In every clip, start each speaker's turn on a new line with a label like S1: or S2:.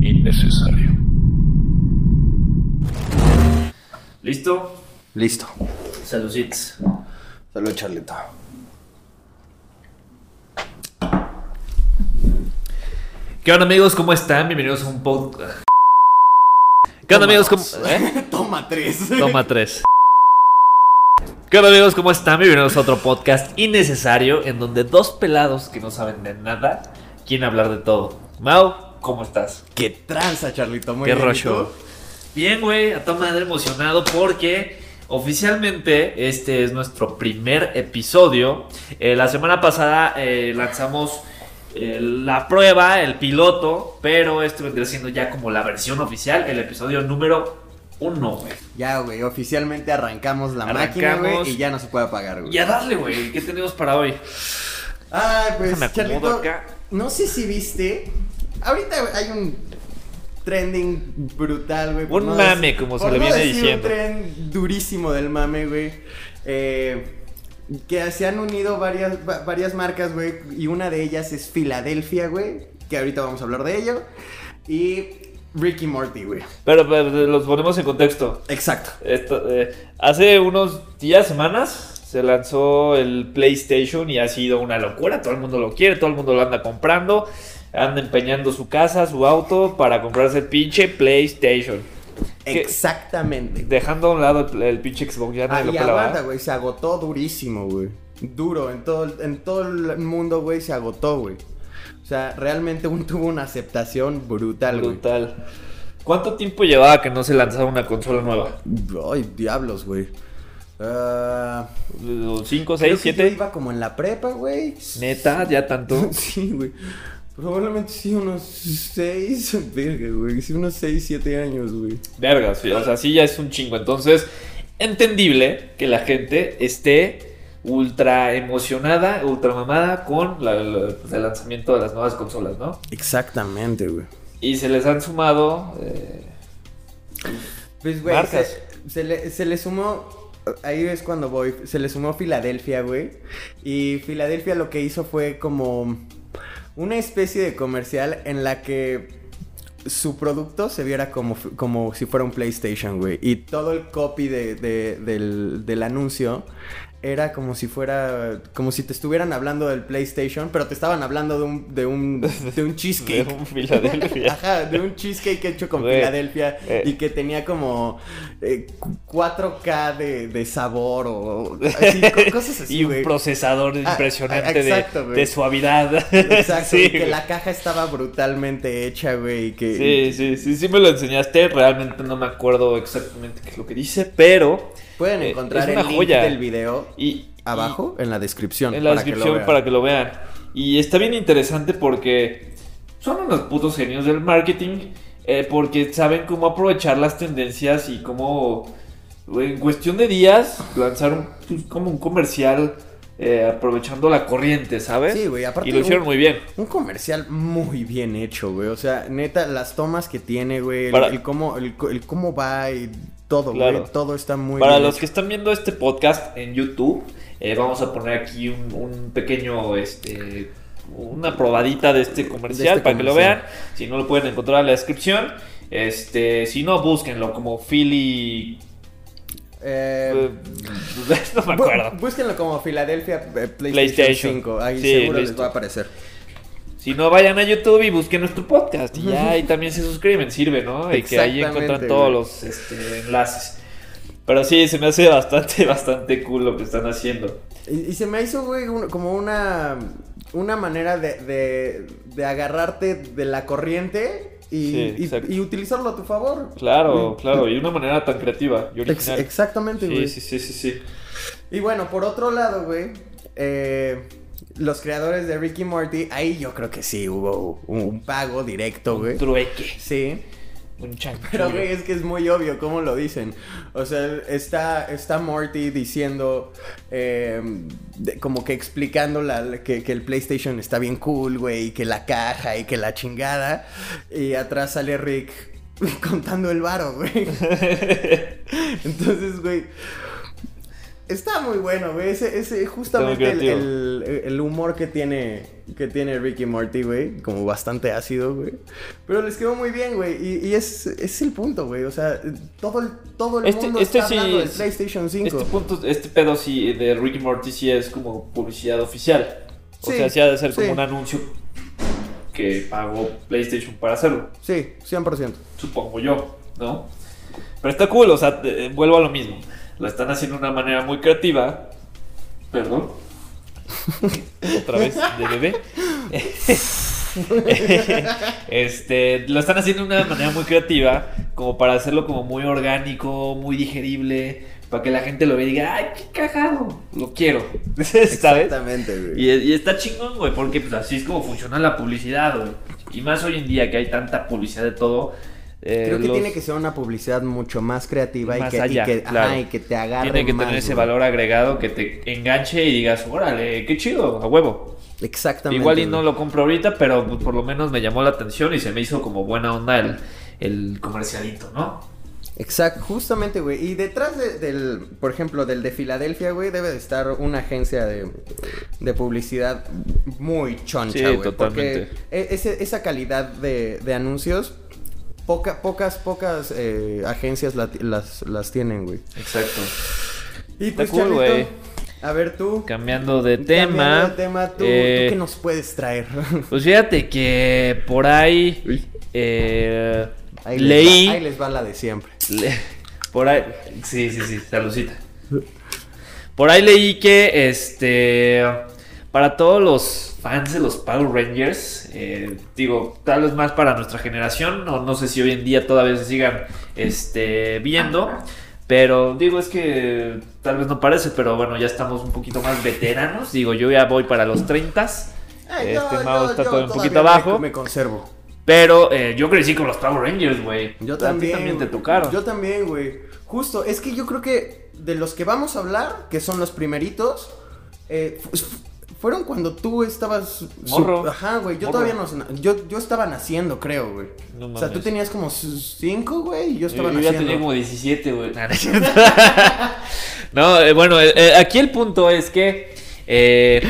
S1: innecesario.
S2: ¿Listo?
S3: Listo.
S2: Saluditos.
S3: Salud, Charlita.
S2: ¿Qué onda amigos? ¿Cómo están? Bienvenidos a un podcast. ¿Qué onda amigos? ¿Cómo... ¿Eh?
S3: Toma tres.
S2: Toma tres. ¿Qué onda amigos? ¿Cómo están? Bienvenidos a otro podcast innecesario en donde dos pelados que no saben de nada quieren hablar de todo. Mau, ¿cómo estás?
S3: Qué tranza, Charlito. Muy
S2: Qué
S3: bien, ¿y
S2: rollo.
S3: tú?
S2: Bien, güey, a toda madre emocionado porque oficialmente este es nuestro primer episodio. Eh, la semana pasada eh, lanzamos eh, la prueba, el piloto, pero esto vendría siendo ya como la versión oficial, el episodio número uno, güey.
S3: Ya, güey, oficialmente arrancamos la máquina,
S2: Arrancamos.
S3: güey, y ya no se puede apagar, güey.
S2: Y a darle, güey, ¿qué tenemos para hoy?
S3: Ay, pues,
S2: Déjame acomodo
S3: Charlito,
S2: acá.
S3: no sé si viste, ahorita hay un trending brutal, güey. por
S2: Un
S3: no
S2: mame,
S3: dec-
S2: como se
S3: por
S2: le
S3: no
S2: viene
S3: decir
S2: diciendo.
S3: Un tren durísimo del mame, güey. Eh, que se han unido varias, va- varias marcas, güey, y una de ellas es Filadelfia, güey, que ahorita vamos a hablar de ello, y Ricky Morty, güey.
S2: Pero, pero, los ponemos en contexto.
S3: Exacto.
S2: Esto, eh, hace unos días, semanas, se lanzó el PlayStation y ha sido una locura. Todo el mundo lo quiere, todo el mundo lo anda comprando. Anda empeñando su casa, su auto para comprarse el pinche PlayStation. ¿Qué?
S3: Exactamente.
S2: Dejando a un lado el, el pinche Xbox, ya no lo
S3: Había
S2: pelaba. ¿eh?
S3: banda, güey, se agotó durísimo, güey. Duro, en todo, el- en todo el mundo, güey, se agotó, güey. O sea, realmente un, tuvo una aceptación brutal, güey.
S2: Brutal. ¿Cuánto tiempo llevaba que no se lanzaba una consola nueva?
S3: Ay, diablos, güey. Ah,
S2: ¿5, 6,
S3: creo que yo
S2: 7?
S3: iba como en la prepa, güey.
S2: Neta, ya tanto.
S3: Sí, güey. Probablemente sí unos seis, verga, güey. Sí unos seis, siete años, güey.
S2: Vergas, sí, o sea, sí ya es un chingo. Entonces, entendible que la gente esté ultra emocionada, ultra mamada con la- la- pues, el lanzamiento de las nuevas consolas, ¿no?
S3: Exactamente, güey.
S2: Y se les han sumado... eh,
S3: Pues, güey,
S2: Marcas.
S3: Se, se le, se le sumó. Ahí es cuando voy. Se le sumó Filadelfia, güey. Y Filadelfia lo que hizo fue como una especie de comercial en la que su producto se viera como, f- como si fuera un PlayStation, güey. Y todo el copy de- de- del, del anuncio era como si fuera. Como si te estuvieran hablando del PlayStation, pero te estaban hablando de un, de un, de un
S2: de
S3: cheesecake.
S2: un Filadelfia.
S3: Ajá, de un cheesecake hecho con
S2: Güey,
S3: Filadelfia
S2: eh.
S3: y que tenía como eh, cu- 4K de, de sabor o así, co- cosas así,
S2: y un
S3: güey.
S2: procesador
S3: ah,
S2: impresionante de-
S3: exacto,
S2: de,
S3: güey.
S2: suavidad.
S3: Exacto,
S2: sí,
S3: y que la caja estaba brutalmente hecha, güey, y que...
S2: sí, sí, sí, sí me lo enseñaste. Realmente no me acuerdo exactamente qué es lo que dice, pero...
S3: Pueden
S2: Eh,
S3: encontrar
S2: es una
S3: el link
S2: joya.
S3: del video
S2: Y,
S3: abajo en la descripción.
S2: En la
S3: para que lo
S2: descripción
S3: vean.
S2: para que lo vean. Y está bien interesante porque son unos putos genios del marketing. eh, porque saben cómo aprovechar las tendencias y cómo en cuestión de días lanzar un, pues, como un comercial eh, aprovechando la corriente, ¿sabes?
S3: Sí, güey, aparte
S2: Y lo hicieron
S3: un-
S2: muy bien.
S3: Un comercial muy bien hecho, güey. O sea, neta, las tomas que tiene, güey, el,
S2: Para-
S3: el cómo, el, co- el cómo va y todo,
S2: Claro.
S3: güey. Todo está muy
S2: Para
S3: bien
S2: los
S3: hecho.
S2: que están viendo este podcast en YouTube, eh, vamos a poner aquí un, un pequeño, este, una probadita de este comercial
S3: este
S2: para que lo
S3: comercial.
S2: vean. Si no lo pueden encontrar en la descripción, este, si no búsquenlo como Philly,
S3: Eh,
S2: eh, no me
S3: Bu-
S2: acuerdo.
S3: Búsquenlo como Filadelfia eh, PlayStation,
S2: PlayStation.
S3: 5. Ahí
S2: Sí,
S3: seguro les
S2: listo.
S3: va a aparecer.
S2: Si no vayan a YouTube y busquen nuestro podcast y ya ahí también se suscriben, sirve, ¿no? Y que ahí encuentran
S3: Exactamente,
S2: todos
S3: güey.
S2: los este, enlaces. Pero sí, se me hace bastante, bastante cool lo que están haciendo.
S3: Y, y se me hizo, güey, un- como una, una manera de, de, de agarrarte de la corriente y,
S2: Sí,
S3: y-
S2: exacto.
S3: y utilizarlo a tu favor.
S2: Claro, claro, y de una manera tan creativa y
S3: Ex-
S2: original.
S3: exactamente, güey.
S2: Sí, sí, sí, sí, sí.
S3: Y bueno, por otro lado, güey, eh, los creadores de Ricky Morty, ahí yo creo que sí hubo un, un pago directo, güey.
S2: Trueque.
S3: Sí.
S2: Un chanchullo.
S3: Pero, güey, es que es muy obvio cómo lo dicen. O sea, está, está Morty diciendo, eh, de- como que explicando la- que, que el PlayStation está bien cool, güey, y que la caja y que la chingada. Y atrás sale Rick contando el varo, güey. Entonces, güey, Está muy bueno, güey. Ese, ese justamente el, el- el humor que tiene, que tiene Ricky Morty, güey. Como bastante ácido, güey. Pero les quedó muy bien, güey. Y, y es, es el punto, güey. O sea, todo el, todo el
S2: Este-
S3: mundo
S2: este
S3: está
S2: sí
S3: hablando del
S2: es-
S3: PlayStation 5.
S2: Este punto, este pedo sí de Ricky Morty sí es como publicidad oficial. O
S3: Sí,
S2: sea, sí ha de ser como
S3: sí.
S2: un anuncio que pagó PlayStation para hacerlo,
S3: Sí, 100%.
S2: supongo yo, ¿no? Pero está cool, o sea, te- eh, vuelvo a lo mismo. Lo están haciendo de una manera muy creativa. Perdón. Otra vez de bebé. este, lo están haciendo de una manera muy creativa, como para hacerlo como muy orgánico, muy digerible, para que la gente lo vea y diga, ay, qué cagado, lo quiero, ¿sabes?
S3: Exactamente,
S2: ¿Eh? Y,
S3: güey.
S2: y está chingón, güey, porque pues, así es como funciona la publicidad, güey. Y más hoy en día que hay tanta publicidad de todo. eh,
S3: Creo que
S2: los-
S3: tiene que ser una publicidad mucho más creativa
S2: Más
S3: y, que, y
S2: allá,
S3: que- ajá,
S2: claro.
S3: y que te agarre
S2: tiene que
S3: más,
S2: tener ese
S3: güey.
S2: valor agregado que te enganche y digas, órale, qué chido, a huevo.
S3: Exactamente.
S2: Igual y
S3: güey.
S2: no lo compro ahorita, pero pues, por lo menos me llamó la atención y se me hizo como buena onda el, el comercialito, ¿no?
S3: Exacto, justamente, güey. Y detrás de- del, por ejemplo, del de Filadelfia, güey, debe de estar una agencia de, de publicidad muy choncha,
S2: Sí,
S3: güey.
S2: totalmente.
S3: Porque e- ese- esa calidad de, de anuncios, poca, pocas, pocas eh, agencias la- las, las tienen, güey.
S2: Exacto.
S3: Y
S2: Está
S3: pues,
S2: cool,
S3: Charlito,
S2: güey.
S3: A ver tú.
S2: Cambiando de
S3: cambiando
S2: tema.
S3: de tema, tú,
S2: eh,
S3: ¿tú qué nos puedes traer?
S2: Pues fíjate que por ahí eh,
S3: Ahí les
S2: leí. Este,
S3: va- ahí les va la de siempre.
S2: Le- Por ahí. Sí, sí, sí, saludcita. Por ahí leí que este. Para todos los fans de los Power Rangers, eh, digo, tal vez más para nuestra generación, no, no sé si hoy en día todavía se sigan este, viendo, pero digo, es que tal vez no parece, pero bueno, ya estamos un poquito más veteranos, digo, yo ya voy para los 30,
S3: Ay,
S2: este
S3: Eh, yo-
S2: Mao
S3: yo-
S2: está
S3: yo
S2: todo un
S3: todavía
S2: poquito
S3: me-
S2: abajo,
S3: me conservo.
S2: pero eh, yo crecí con los Power Rangers, güey.
S3: Yo
S2: A ti
S3: también.
S2: también te
S3: güey.
S2: tocaron.
S3: Yo también, güey. Justo, es que yo creo que de los que vamos a hablar, que son los primeritos, eh, fu- fu- fueron cuando tú estabas. su-
S2: Morro.
S3: Ajá, güey. Yo
S2: Morro.
S3: todavía no. na- Yo, yo estaba naciendo, creo, güey.
S2: No
S3: o sea, tú
S2: mames.
S3: tenías como su- cinco, güey, y yo
S2: Yo,
S3: estaba
S2: yo ya
S3: naciendo.
S2: tenía como 17, güey. Nah, no es cierto. no, eh, bueno, eh, eh, aquí el punto es que eh,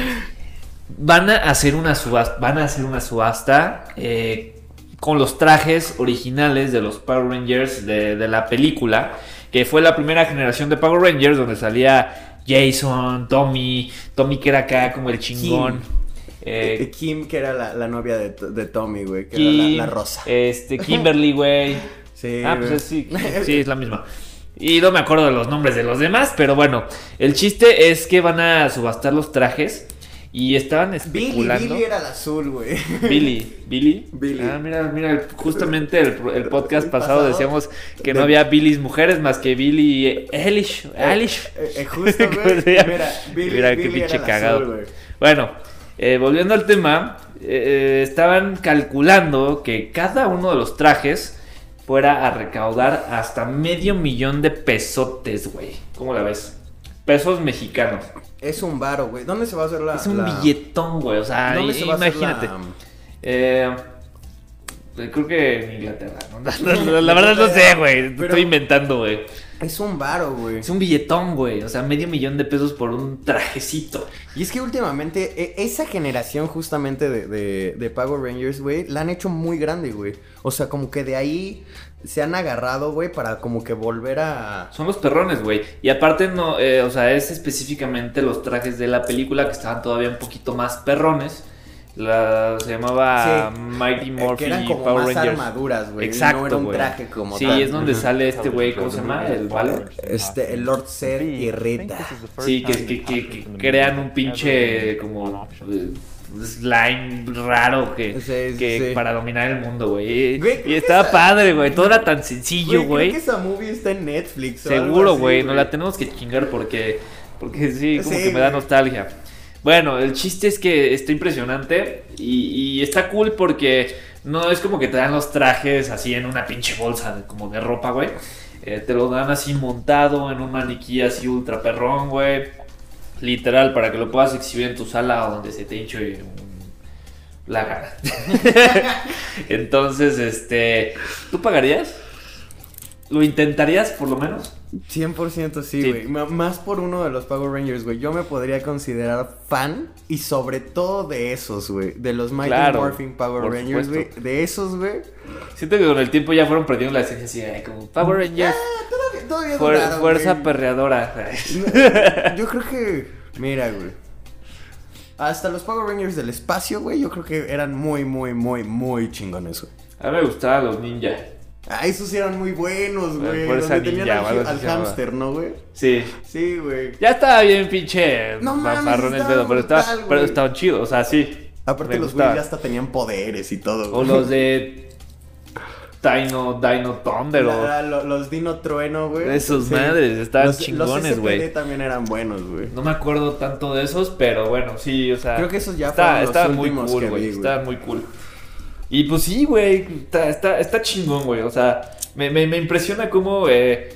S2: van a hacer una subasta, van a hacer una subasta eh, con los trajes originales de los Power Rangers de, de la película, que fue la primera generación de Power Rangers donde salía Jason, Tommy, Tommy que era acá como el chingón.
S3: Eh,
S2: eh,
S3: eh, Kim, que era la, la novia de, de Tommy, güey, que era
S2: Kim,
S3: la- la, rosa.
S2: Este, Kimberly, güey.
S3: sí,
S2: Ah,
S3: güey.
S2: pues es- sí, sí, es la misma. Y no me acuerdo de los nombres de los demás, pero bueno, el chiste es que van a subastar los trajes y estaban
S3: Billy,
S2: especulando.
S3: Billy era el azul, güey.
S2: Billy, Billy.
S3: Billy.
S2: Ah, mira, mira, justamente el, el podcast
S3: El
S2: pasado,
S3: pasado.
S2: decíamos que no
S3: De-
S2: había Billys mujeres más que Billy Eilish. Eilish.
S3: Eh, eh, justo,
S2: ¿Cómo
S3: güey.
S2: se llama?
S3: Mira, Billy,
S2: Mira qué
S3: Billy era
S2: pinche
S3: el azul,
S2: cagado.
S3: güey.
S2: Bueno, eh, volviendo al tema, eh, eh, estaban calculando que cada uno de los trajes fuera a recaudar hasta medio millón de pesotes, güey. ¿Cómo la ves? Pesos mexicanos.
S3: Es un varo, güey. ¿Dónde se va a hacer la.?
S2: es un
S3: la-
S2: billetón, güey. O sea,
S3: ¿Dónde
S2: i-
S3: se va a hacer
S2: imagínate.
S3: la-
S2: Eh, creo que en Inglaterra. ¿no? La, verdad no sé, güey.
S3: Pero-
S2: Estoy inventando, güey.
S3: Es un varo, güey.
S2: Es un billetón, güey. O sea, medio millón de pesos por un trajecito.
S3: Y es que últimamente e- esa generación justamente de, de, de Power Rangers, güey, la han hecho muy grande, güey. O sea, como que de ahí se han agarrado, güey, para como que volver a...
S2: Son los perrones, güey. Y aparte no, eh, o sea, es específicamente los trajes de la película que estaban todavía un poquito más perrones. La, se llamaba
S3: Sí.
S2: Mighty
S3: eh,
S2: Morphin
S3: que eran como
S2: Power
S3: más
S2: Rangers.
S3: armaduras, güey.
S2: Exacto,
S3: No era un
S2: güey.
S3: traje como
S2: sí,
S3: tal.
S2: es donde
S3: Ujú.
S2: sale este güey, ¿cómo se llama? El Valor.
S3: Este, el Lord Zed y Rita.
S2: Sí, que, que, que- que crean un pinche como eh, slime raro que,
S3: Sí, sí,
S2: que
S3: sí.
S2: para dominar el mundo, güey.
S3: Güey, creo
S2: Y
S3: que
S2: estaba
S3: esa-
S2: padre, güey. Todo era tan
S3: Güey,
S2: sencillo,
S3: creo
S2: güey.
S3: que esa movie está en Netflix o algo
S2: Seguro,
S3: así,
S2: güey. Nos la tenemos que chingar porque, porque sí, como
S3: Sí,
S2: que me da
S3: güey.
S2: nostalgia. Bueno, el chiste es que está impresionante y, y está cool porque no es como que te dan los trajes así en una pinche bolsa de- como de ropa, güey. Eh, te lo dan así montado en un maniquí así ultra perrón, güey. Literal, para que lo puedas exhibir en tu sala o donde se te hinche un- la gana. Entonces, este, ¿tú pagarías? ¿Lo intentarías por lo menos?
S3: 100% sí,
S2: Sí.
S3: güey. M- Más por uno de los Power Rangers, güey. Yo me podría considerar fan y sobre todo de esos, güey. De los Mighty
S2: Claro,
S3: Morphin Power
S2: por
S3: Rangers, güey.
S2: supuesto.
S3: De esos, güey.
S2: Siento que con el tiempo ya fueron perdiendo la esencia así, ay, como
S3: Mm,
S2: Power Rangers,
S3: Ah, Todavía, todavía
S2: fuer-
S3: dudaron,
S2: fuerza
S3: güey.
S2: perreadora.
S3: Yo creo que. Mira, güey. Hasta los Power Rangers del espacio, güey. Yo creo que eran muy, muy, muy, muy chingones, güey.
S2: A mí me gustaban los ninjas.
S3: Ah, esos sí eran muy buenos,
S2: La
S3: güey.
S2: fuerza
S3: Donde tenían
S2: ninja,
S3: al,
S2: o algo
S3: al
S2: así se llamaba.
S3: hámster, ¿no, güey?
S2: Sí.
S3: Sí, güey.
S2: Ya estaba bien pinche
S3: No mames,
S2: mamarrón el
S3: estaba
S2: pedo, pero,
S3: brutal,
S2: estaba,
S3: güey.
S2: pero estaban chidos, o sea, sí.
S3: Aparte
S2: me
S3: los
S2: gustaban.
S3: güeyes ya hasta tenían poderes y todo,
S2: O
S3: güey.
S2: los de Dino, Dino Thunder
S3: La-
S2: o...
S3: la- lo- los Dino Trueno, güey.
S2: Esos madres, estaban
S3: Los-
S2: chingones,
S3: los
S2: güey.
S3: SPD también eran buenos, güey.
S2: No me acuerdo tanto de esos, pero bueno, sí, o sea...
S3: Creo que esos ya
S2: está-
S3: fueron los
S2: estaban
S3: últimos
S2: muy cool,
S3: que
S2: güey.
S3: vi, güey.
S2: Estaban muy cool. Y pues sí, güey, está, está, está chingón, güey. O sea, me, me- me impresiona cómo... eh,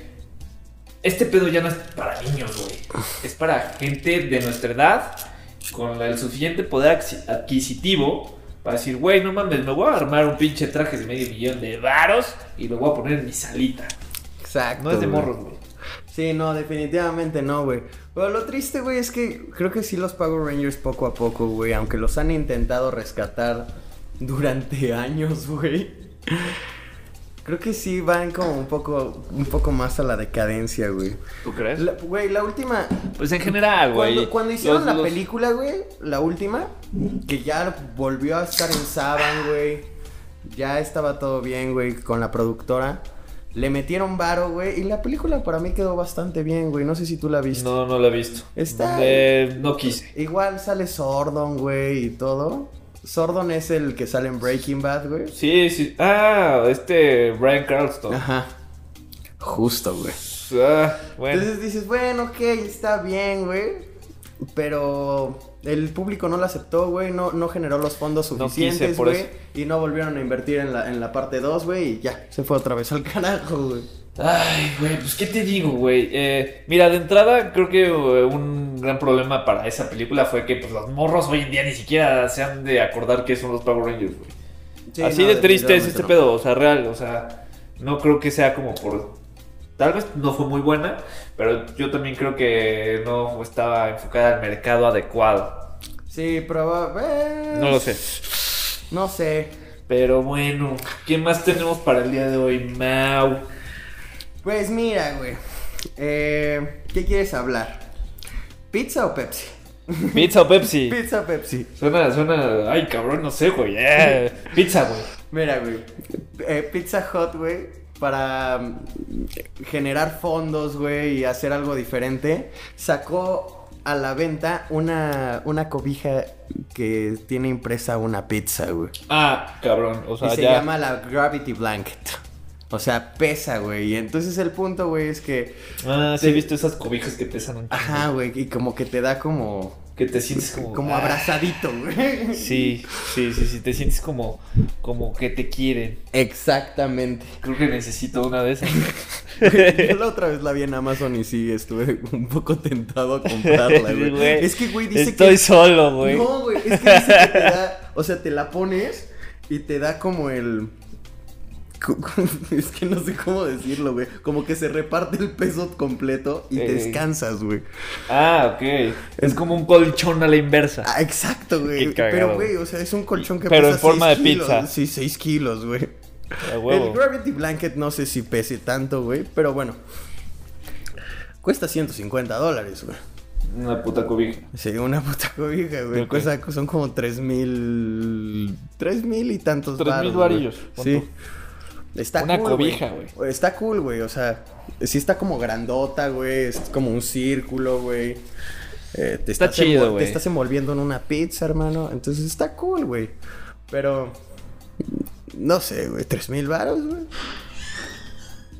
S2: este pedo ya no es para niños, güey. Es para gente de nuestra edad, con el suficiente poder axi- adquisitivo, para decir, güey, no mames, me voy a armar un pinche traje de medio millón de varos y lo voy a poner en mi salita.
S3: Exacto.
S2: No es de
S3: güey.
S2: morros, güey.
S3: Sí, no, definitivamente no, güey. Pero lo triste, güey, es que creo que sí los Power Rangers poco a poco, güey, aunque los han intentado rescatar durante años, güey. Creo que sí van como un poco, un poco más a la decadencia, güey.
S2: ¿Tú crees?
S3: La- Güey, la última,
S2: Pues en general, güey.
S3: Cuando, cuando hicieron
S2: Los-
S3: la
S2: los-
S3: película, güey, la última, que ya volvió a estar en Saban, güey, ya estaba todo bien, güey, con la productora. Le metieron varo, güey, y la película para mí quedó bastante bien, güey. No sé si tú la viste.
S2: No, no la he visto.
S3: Está-
S2: Donde no quise.
S3: Igual sale Sordon, güey, y todo. Sordon es el que sale en Breaking Bad, güey.
S2: Sí, sí. Ah, este Brian Carlston.
S3: Ajá. Justo, güey.
S2: Ah, bueno.
S3: Entonces dices, bueno, ok, está bien, güey. Pero el público no lo aceptó, güey. No, no generó los fondos
S2: No quise,
S3: suficientes,
S2: por
S3: güey.
S2: eso.
S3: y no volvieron a invertir en la, en la parte 2, güey. Y ya, se fue otra vez al carajo, güey.
S2: Ay, güey, pues qué te digo, güey. Eh, mira, de entrada creo que eh, un gran problema para esa película fue que pues los morros hoy en día ni siquiera se han de acordar que son los Power Rangers, güey. Así de triste es este pedo, o sea, real, o sea, no creo que sea como por... Tal vez no fue muy buena, pero yo también creo que no estaba enfocada al mercado adecuado.
S3: Sí, probablemente.
S2: No lo sé.
S3: No sé.
S2: Pero bueno, ¿qué más tenemos para el día de hoy, Mau?
S3: Pues mira, güey. Eh, ¿Qué quieres hablar? ¿Pizza o Pepsi?
S2: Pizza o Pepsi.
S3: Pizza o Pepsi.
S2: Suena, suena, ay cabrón, no sé, güey. eh. Pizza, güey.
S3: Mira, güey. eh, Pizza Hut, güey, para mm, generar fondos, güey, y hacer algo diferente, sacó a la venta una, una cobija que tiene impresa una pizza, güey.
S2: Ah, cabrón, o sea,
S3: y se
S2: ya.
S3: llama la Gravity Blanket. O sea, pesa, güey. Y entonces el punto, güey, es que...
S2: Ah, sí, he visto esas cobijas que pesan un chingo,
S3: Ajá, güey, y como que te da como...
S2: Que te sientes como.
S3: Como
S2: ah,
S3: abrazadito, güey.
S2: Sí, sí, sí, sí, te sientes como, como que te quieren.
S3: Exactamente.
S2: Creo que necesito una de esas.
S3: Yo la otra vez la vi en Amazon y sí, estuve un poco tentado a comprarla,
S2: Sí,
S3: güey.
S2: güey.
S3: Es que, güey, dice
S2: Estoy
S3: que...
S2: solo, güey.
S3: No, güey, es que dice que te da... O sea, te la pones y te da como el... co- co- Es que no sé cómo decirlo, güey. Como que se reparte el peso completo y
S2: Eh.
S3: descansas, güey.
S2: Ah, ok. Es como un colchón a la inversa.
S3: Ah, exacto, güey.
S2: Qué cagado.
S3: Pero, güey, o sea, es un colchón que
S2: Pero en
S3: pesa
S2: forma
S3: seis
S2: de
S3: kilos.
S2: pizza.
S3: Sí, 6 kilos, güey.
S2: A huevo.
S3: El Gravity Blanket no sé si pese tanto, güey, pero bueno. Cuesta 150 dólares, güey.
S2: Una puta cobija.
S3: Sí, una puta cobija, güey.
S2: Ok.
S3: Cuesta- son como tres mil... Tres mil y tantos
S2: Tres mil
S3: varos,
S2: varillos,
S3: güey.
S2: pon
S3: Sí. Está
S2: Una
S3: cool,
S2: cobija,
S3: Está cool, güey. O sea, sí está como grandota, güey. Es como un círculo, güey. Eh, te
S2: Está
S3: estás
S2: chido,
S3: envol-
S2: güey.
S3: Te estás envolviendo en una pizza, hermano. Entonces está cool, güey. Pero... No sé, güey. Tres mil varos, güey.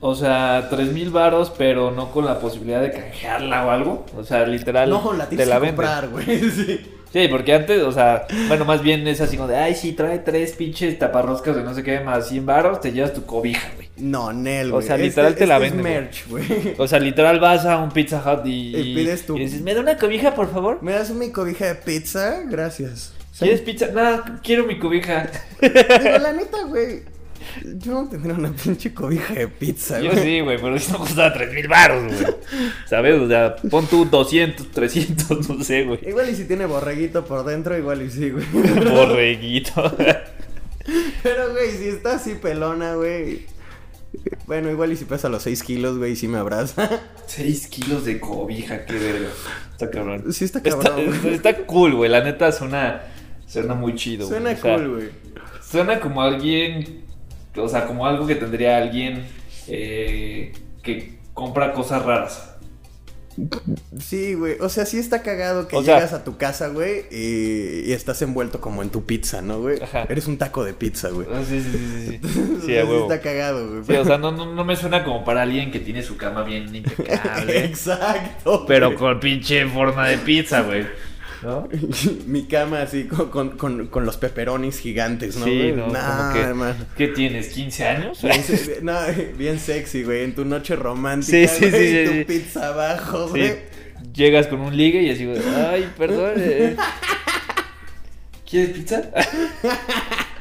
S2: O sea, tres mil varos, pero no con la posibilidad de canjearla o algo. O sea, literal.
S3: No, la tienes
S2: te la
S3: que
S2: venden.
S3: comprar, güey. Sí.
S2: Sí, porque antes, o sea, bueno, más bien es así como de, ay, sí, trae tres pinches taparroscas de no sé qué, más 100 varos, te llevas tu cobija, güey.
S3: No, Nel,
S2: O
S3: güey. Este
S2: sea, literal te la
S3: es
S2: venden, güey.
S3: merch, güey.
S2: O sea, literal vas a un Pizza Hut y,
S3: Y pides tu-
S2: y dices, ¿me da una cobija, por favor?
S3: ¿Me das mi cobija de pizza? Gracias.
S2: ¿Quieres pizza? Nada, quiero mi cobija.
S3: Digo, la neta, güey. Yo no tendría una pinche cobija de pizza,
S2: Yo
S3: güey.
S2: sí, güey, pero esto costaba 3 mil baros, güey. ¿Sabes? O sea, pon tú 200, 300, no sé, güey.
S3: Igual y si tiene borreguito por dentro, igual y sí, güey.
S2: Borreguito.
S3: Pero, güey, si está así pelona, güey. Bueno, igual y si pesa los 6 kilos, güey, y si me abraza.
S2: 6 kilos de cobija, qué verga. Está cabrón.
S3: Sí está
S2: Está,
S3: cabrón, güey.
S2: está cool, güey. La neta suena, suena muy chido. güey.
S3: Suena
S2: O sea,
S3: cool, güey.
S2: Suena como alguien, o sea, como algo que tendría alguien eh, que compra cosas raras.
S3: Sí, güey. O sea, sí está cagado que
S2: O sea-
S3: llegas a tu casa, güey, y, y estás envuelto como en tu pizza, ¿no, güey?
S2: Ajá.
S3: Eres un taco de pizza, güey.
S2: Ah, Sí, sí, sí, sí.
S3: O
S2: Sí,
S3: sea,
S2: a huevo.
S3: está cagado, güey.
S2: Sí, o sea, no, no, no me suena como para alguien que tiene su cama bien impecable,
S3: Exacto.
S2: pero
S3: güey.
S2: con pinche forma de pizza, güey. ¿No?
S3: Mi cama así con, con, con- con los peperonis gigantes, ¿no?
S2: Sí,
S3: güey?
S2: no, como
S3: Nah,
S2: que-
S3: hermano.
S2: ¿Qué tienes? ¿15 años?
S3: Bien se- no, bien sexy, güey. En tu noche romántica.
S2: Sí, sí,
S3: güey,
S2: sí,
S3: y
S2: sí,
S3: Tu
S2: sí.
S3: pizza abajo,
S2: Sí,
S3: güey.
S2: Llegas con un ligue y así, güey, ay, perdón. eh, ¿Quieres pizza?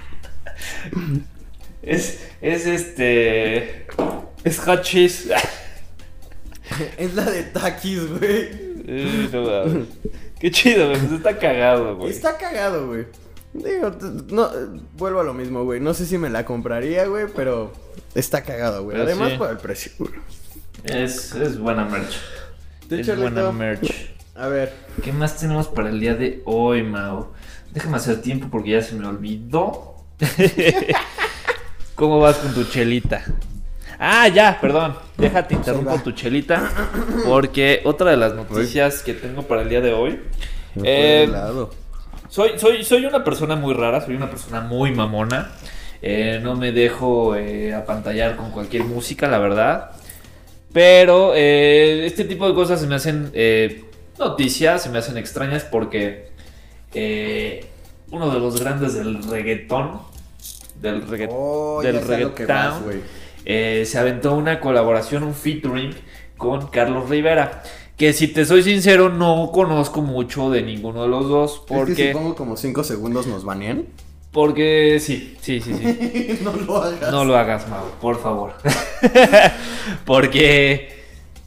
S2: es, es este. Es hot cheese.
S3: Es la de Takis, güey.
S2: Eh, no mames. Qué chido, güey. pues está cagado, güey.
S3: Está cagado, güey. Digo, t- no, eh, vuelvo a lo mismo, güey. No sé si me la compraría, güey, pero está cagado, güey.
S2: Pero
S3: Además,
S2: sí.
S3: por el precio, güey.
S2: Es, es buena merch.
S3: Tú,
S2: Es buena
S3: Charlito,
S2: merch.
S3: A ver,
S2: ¿Qué más tenemos para el día de hoy, Mao? Déjame hacer tiempo porque ya se me olvidó. ¿Cómo vas con tu chelita? Ah, ya, perdón. Déjate interrumpo
S3: Ahí va.
S2: tu chelita. Porque otra de las noticias que tengo para el día de hoy. eh,
S3: lado.
S2: soy, soy, soy una persona muy rara, soy una persona muy mamona. Eh, no me dejo eh, apantallar con cualquier música, la verdad. Pero eh, este tipo de cosas se me hacen eh, noticias, se me hacen extrañas porque eh, uno de los grandes del reggaetón, del reggaetón,
S3: Oh,
S2: del
S3: ya sé a lo que vas,
S2: reggaetón.
S3: güey.
S2: eh, se aventó una colaboración, un featuring con Carlos Rivera. Que si te soy sincero, no conozco mucho de ninguno de los dos. Porque...
S3: Es que si pongo como 5 segundos nos banean.
S2: Porque sí, sí, sí, sí.
S3: no lo hagas.
S2: No lo hagas, Mau, por favor. Porque,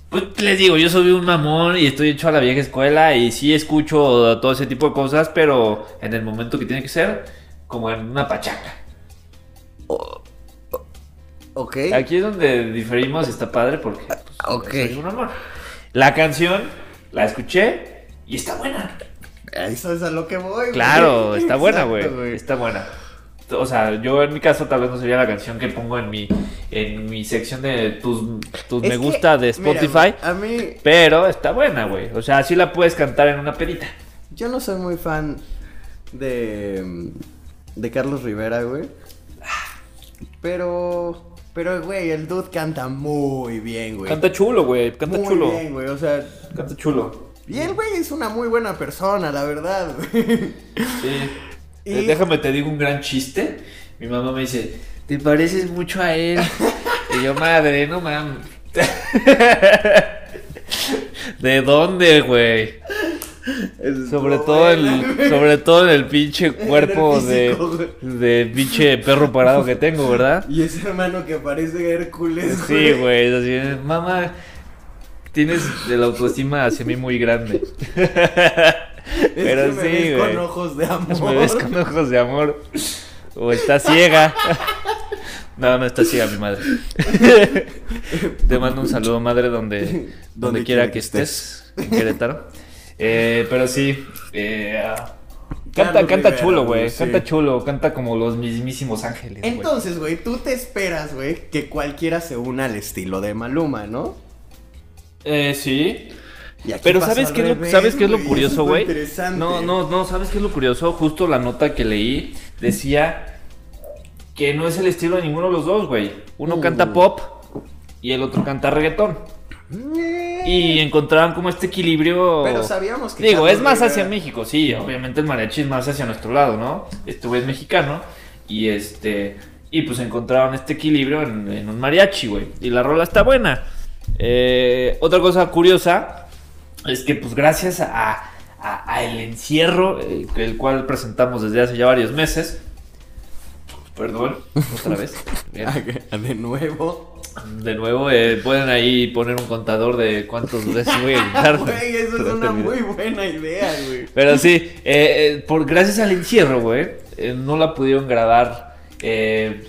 S2: pues, les digo, yo soy un mamón y estoy hecho a la vieja escuela y sí escucho todo ese tipo de cosas, pero en el momento que tiene que ser, como en una pachaca.
S3: Ok.
S2: Aquí es donde diferimos, está padre porque pues,
S3: Ok.
S2: soy un mamón. La canción la escuché y está buena.
S3: Eso es a lo que voy, güey.
S2: Claro, está buena, güey.
S3: Exacto,
S2: Está buena. O sea, yo en mi caso tal vez no sería la canción que pongo en mi en mi sección de tus, tus
S3: Es
S2: me
S3: que,
S2: gusta de
S3: mira, ah.
S2: Spotify,
S3: güey, a mí,
S2: pero está buena, güey. O sea, sí la puedes cantar en una perita.
S3: yo no soy muy fan de. de Carlos Rivera, güey. Pero. Pero, güey, el dude canta muy bien, güey.
S2: Canta chulo, güey. Canta
S3: muy
S2: chulo.
S3: bien, güey. O sea.
S2: Canta chulo.
S3: Y el güey es una muy buena persona, la verdad, güey.
S2: Sí.
S3: Y-
S2: Eh, Déjame te digo un gran chiste. Mi mamá me dice, "Te pareces mucho a él." y yo, "Madre, no mames." ¿De dónde, güey? Sobre todo el, sobre todo en el pinche cuerpo
S3: físico,
S2: de, de pinche perro parado que tengo, ¿verdad?
S3: Y ese hermano que parece Hércules,
S2: Sí, güey, es así, mamá, tienes de la autoestima hacia mí muy grande. Pero
S3: es que me
S2: sí,
S3: ves
S2: güey.
S3: con ojos de amor.
S2: Me ves con ojos de amor. O está ciega. No, no está ciega mi madre. Te mando un saludo, madre, donde, donde,
S3: Donde
S2: quiera que estés. En Querétaro. Eh, pero sí. eh, ah, canta
S3: Carlos
S2: canta
S3: Rivera, pues,
S2: chulo, güey.
S3: sí.
S2: Canta chulo. Canta como los mismísimos ángeles, güey.
S3: Entonces, güey, tú te esperas, güey, que cualquiera se una al estilo de Maluma, ¿no?
S2: Eh, sí.
S3: Y aquí
S2: Pero
S3: pasa
S2: ¿sabes
S3: al
S2: qué, es lo,
S3: revés,
S2: ¿sabes qué es lo
S3: güey,
S2: curioso,
S3: es
S2: güey?
S3: interesante.
S2: No, no, no, ¿sabes qué es lo curioso? Justo la nota que leí decía que no es el estilo de ninguno de los dos, güey. Uno
S3: Mm.
S2: canta pop y el otro canta reggaetón. Y encontraron como este equilibrio...
S3: Eh. Pero sabíamos que...
S2: Digo,
S3: Carlos
S2: es más
S3: Rivera-
S2: hacia México, sí, obviamente el mariachi es más hacia nuestro lado, ¿no? Este güey es mexicano y este... Y pues encontraron este equilibrio en, en un mariachi, güey. Y la rola está buena. Eh, otra cosa curiosa es que pues gracias a, a- a el encierro, eh, el cual presentamos desde hace ya varios meses, Perdón, otra vez. Bien.
S3: Ah, De nuevo.
S2: De nuevo, eh, pueden ahí poner un contador de cuántos veces voy a gritar.
S3: Güey, eso es
S2: Pero
S3: una
S2: terminé.
S3: muy buena idea, güey.
S2: Pero sí, eh, eh, por, gracias al encierro, güey, eh, no la pudieron grabar eh,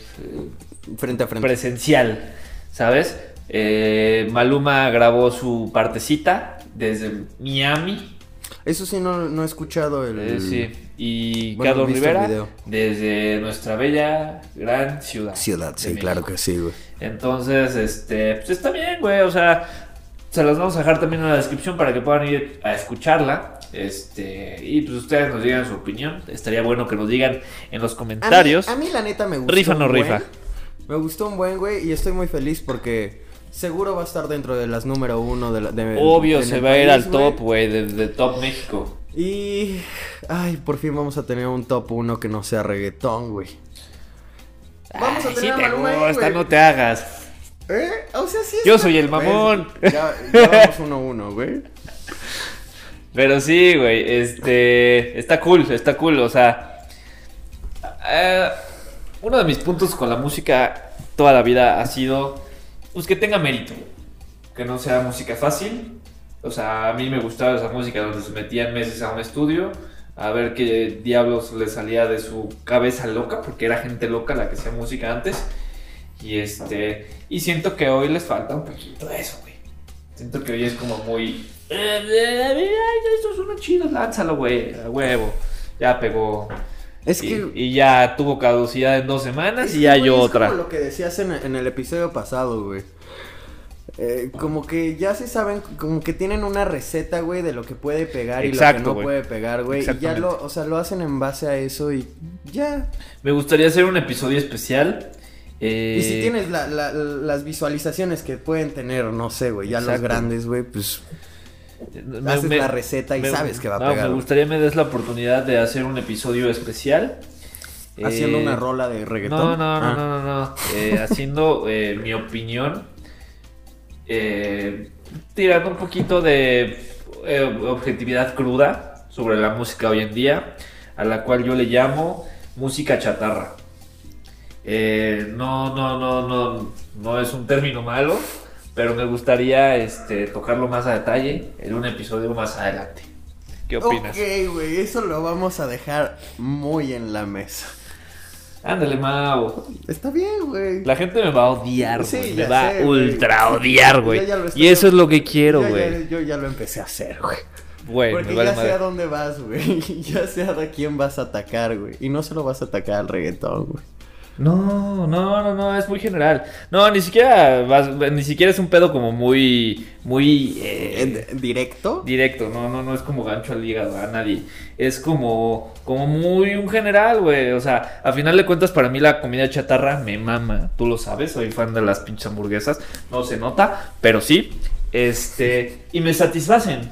S3: Frente a frente.
S2: presencial, ¿sabes? Eh, Maluma grabó su partecita desde Miami,
S3: Eso sí, no, no he escuchado el.
S2: eh, sí, y
S3: Mm. Bueno,
S2: Carlos
S3: he visto el
S2: Rivera
S3: video.
S2: desde nuestra bella gran ciudad.
S3: Ciudad,
S2: de
S3: sí,
S2: México.
S3: claro que sí, güey.
S2: Entonces, este, pues está bien, güey. O sea, se las vamos a dejar también en la descripción para que puedan ir a escucharla. Este, y pues ustedes nos digan su opinión. Estaría bueno que nos digan en los
S3: A mí-
S2: comentarios.
S3: A mí, la neta me gustó.
S2: ¿Rifa o
S3: un
S2: no
S3: buen.
S2: rifa?
S3: Me gustó un buen, güey, y estoy muy feliz porque seguro va a estar dentro de las número uno de la. de-
S2: Obvio,
S3: en
S2: se
S3: el
S2: va a ir
S3: país,
S2: al
S3: güey.
S2: top, güey, de, de Top México.
S3: Y. Ay, por fin vamos a tener un top uno que no sea reggaetón, güey. Vamos a
S2: Ay,
S3: tener
S2: sí
S3: a
S2: te
S3: Maluma ahí,
S2: gusta,
S3: güey.
S2: no te hagas.
S3: ¿Eh? O sea, sí.
S2: Yo
S3: está-
S2: soy el mamón.
S3: Güey, Ya, ya vamos uno a uno, güey.
S2: Pero sí, güey, este, está cool, está cool, o sea, eh, uno de mis puntos con la música toda la vida ha sido, pues que tenga mérito, que no sea música fácil, o sea, a mí me gustaba esa música donde se metían meses a un estudio a ver qué diablos le salía de su cabeza loca, porque era gente loca la que hacía música antes, y este, y siento que hoy les falta un poquito de eso, güey. Siento que hoy es como muy. "Eh, eh, eh, ay, Esto es uno chido, lánzalo, güey, a huevo. Ya pegó.
S3: Es
S2: y,
S3: que.
S2: y ya tuvo caducidad en dos semanas
S3: es
S2: y
S3: que,
S2: ya
S3: güey,
S2: yo
S3: es
S2: otra.
S3: Como lo que decías en, en el episodio pasado, güey. Eh, como que ya se saben, como que tienen una receta, güey, de lo que puede pegar
S2: Exacto,
S3: y lo que no
S2: güey.
S3: puede pegar, güey. Y ya
S2: Exactamente.
S3: lo, o sea, lo hacen en base a eso y ya.
S2: Me gustaría hacer un episodio especial. eh,
S3: y si tienes la- la- las visualizaciones que pueden tener, no sé, güey, ya los
S2: Exacto.
S3: grandes, güey, pues
S2: me-
S3: haces
S2: me-
S3: la receta y
S2: me-
S3: sabes que va a
S2: no,
S3: pegar.
S2: Me
S3: güey.
S2: gustaría me des la oportunidad de hacer un episodio especial.
S3: Haciendo
S2: eh,
S3: una rola de reggaetón.
S2: No, no, no,
S3: Ah.
S2: no, no, no. Eh, haciendo eh, mi opinión, eh, tirando un poquito de eh, objetividad cruda sobre la música hoy en día, a la cual yo le llamo música chatarra. Eh, no, no, no, no, no es un término malo, pero me gustaría este, tocarlo más a detalle en un episodio más adelante. ¿Qué opinas?
S3: Ok, güey, eso lo vamos a dejar muy en la mesa.
S2: Ándale, Mau.
S3: Está bien, güey.
S2: La gente me va a odiar,
S3: Sí,
S2: güey. me
S3: ya
S2: va
S3: sé,
S2: a
S3: güey.
S2: ultra odiar,
S3: Yo
S2: güey.
S3: ya lo estoy-
S2: Y eso es lo que quiero,
S3: Yo ya-
S2: güey.
S3: Yo, ya lo empecé a hacer, güey.
S2: Güey,
S3: Porque
S2: me vale
S3: ya sé
S2: madre.
S3: a dónde vas, güey. Ya sé a quién vas a atacar, güey. Y no se lo vas a atacar al reggaetón, güey.
S2: No, no, no, no, es muy general. No, ni siquiera vas- ni siquiera es un pedo como muy muy eh,
S3: ¿En- ¿Directo?
S2: directo, no, no, no es como gancho al hígado a nadie. Es como como muy un general, güey. O sea, a final de cuentas para mí la comida chatarra me mama, tú lo sabes, soy fan de las pinches hamburguesas, no se nota, pero sí. Este, y me satisfacen.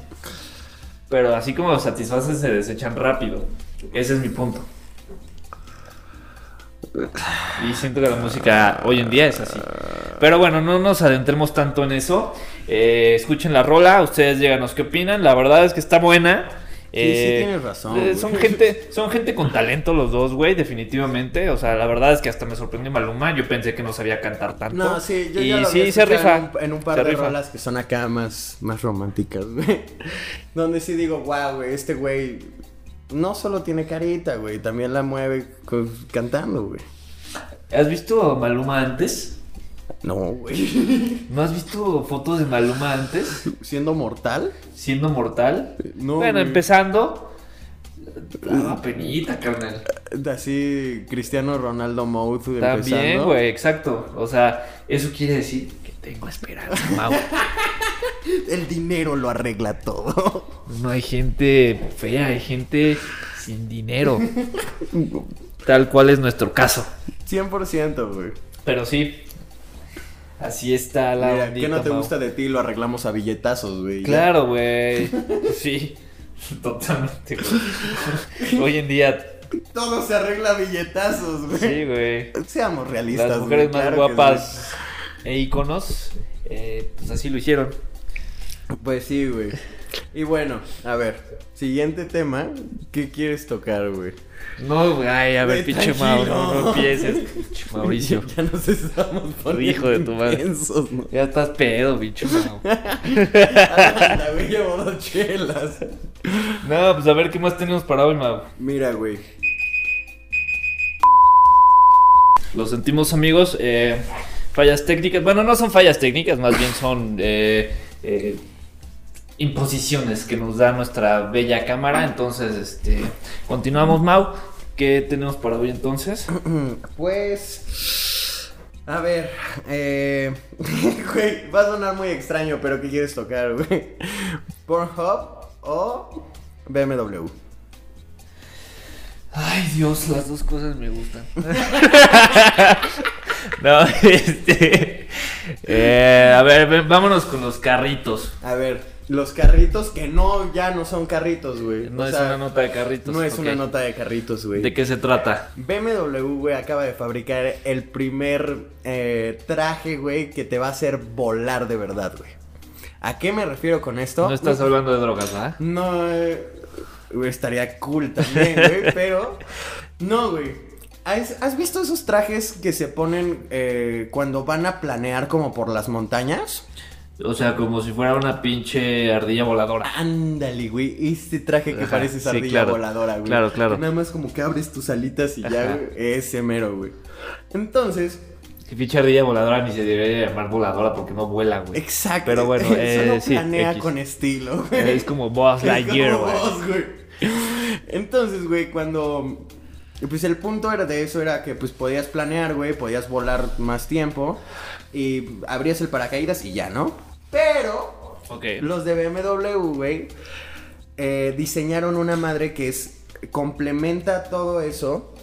S2: Pero así como satisfacen se desechan rápido. Ese es mi punto. Y siento que la música hoy en día es así. Pero bueno, no nos adentremos tanto en eso. Eh, escuchen la rola, ustedes díganos qué opinan. La verdad es que está buena.
S3: Sí, sí tienes razón,
S2: eh,
S3: güey.
S2: son gente, son gente con talento los dos, güey, definitivamente. O sea, la verdad es que hasta me sorprendió Maluma. Yo pensé que no sabía cantar tanto.
S3: No, sí, yo
S2: y
S3: ya lo
S2: sí
S3: había
S2: se rifa.
S3: escuchado En un, en un par
S2: se
S3: de
S2: rifa.
S3: rolas que son acá más, más románticas, güey. Donde sí digo, wow, güey, este güey no solo tiene carita, güey, también la mueve co- cantando, güey.
S2: ¿Has visto a Maluma antes?
S3: No, güey.
S2: ¿No has visto fotos de Maluma antes?
S3: Siendo mortal.
S2: Siendo mortal.
S3: No,
S2: bueno,
S3: güey.
S2: empezando. Ah, penita, carnal.
S3: Así, Cristiano Ronaldo Mode
S2: También,
S3: empezando.
S2: güey, exacto. O sea, eso quiere decir que tengo esperanza, Mau.
S3: El dinero lo arregla todo.
S2: No hay gente fea, hay gente sin dinero. Tal cual es nuestro caso.
S3: 100%, güey.
S2: Pero sí, así está la
S3: Mira,
S2: ondita,
S3: ¿qué no te
S2: Mau.
S3: gusta de ti? Lo arreglamos a billetazos, güey. ya.
S2: Claro, güey. Sí, totalmente. güey. Hoy en día,
S3: Todo se arregla a billetazos, güey.
S2: sí, güey.
S3: Seamos realistas,
S2: Las mujeres
S3: güey,
S2: más
S3: claro que
S2: guapas e íconos, eh, pues así lo hicieron.
S3: sí. Pues sí, güey. Y bueno, a ver, siguiente tema. ¿Qué quieres tocar, güey?
S2: No, güey, ay, a ver,
S3: Güey,
S2: pinche
S3: tranquilo.
S2: Mauro, no empieces, pinche Mauricio.
S3: Ya nos estamos poniendo
S2: Hijo de tu madre.
S3: intensos, ¿no?
S2: Ya estás pedo, pinche Mauro.
S3: Anda, güey, llevo dos chelas.
S2: No, pues a ver qué más tenemos para hoy, Mauro.
S3: Mira, güey.
S2: Lo sentimos, amigos. eh, fallas técnicas. Bueno, no son fallas técnicas, más bien son eh, eh, imposiciones que nos da nuestra bella cámara. Entonces, este, continuamos, Mau. ¿Qué tenemos para hoy entonces?
S3: Pues. A ver, eh. Güey, va a sonar muy extraño, pero ¿qué quieres tocar, güey? ¿Pornhub o BMW?
S2: Ay, Dios, las dos cosas me gustan. no, este. eh, a ver, ven, vámonos con los carritos.
S3: A ver, los carritos que no, ya no son carritos, güey.
S2: No
S3: O
S2: es
S3: sea,
S2: una nota de carritos.
S3: No es una
S2: ok.
S3: nota de carritos, güey.
S2: ¿De qué se trata?
S3: BMW, güey, acaba de fabricar el primer eh, traje, güey, que te va a hacer volar de verdad, güey. ¿A qué me refiero con esto?
S2: No estás hablando de drogas, ¿verdad?
S3: No, eh, güey, estaría cool también, güey, pero... No, güey. ¿Has, has visto esos trajes que se ponen eh, cuando van a planear como por las montañas?
S2: O sea, como si fuera una pinche ardilla voladora.
S3: Ándale, güey, este traje que
S2: Ajá,
S3: parece
S2: sí,
S3: esa ardilla
S2: claro.
S3: voladora, güey.
S2: Claro, claro.
S3: Que Nada más como que abres tus alitas y ya,
S2: Ajá.
S3: güey, ese mero, güey. Entonces,
S2: Que pinche ardilla voladora ni se debería llamar voladora porque no vuela, güey.
S3: exacto.
S2: Pues, Pero bueno,
S3: solo
S2: eh, sí,
S3: planea
S2: X. Eh,
S3: con estilo, güey.
S2: Es como Boss
S3: Es
S2: Lightyear,
S3: como
S2: güey.
S3: vos, güey. Entonces, güey, cuando. Pues el punto era de eso, era que pues podías planear, güey, podías volar más tiempo y abrías el paracaídas y ya, ¿no? Pero
S2: Ok.
S3: los de BMW, güey, eh, diseñaron una madre que es complementa todo eso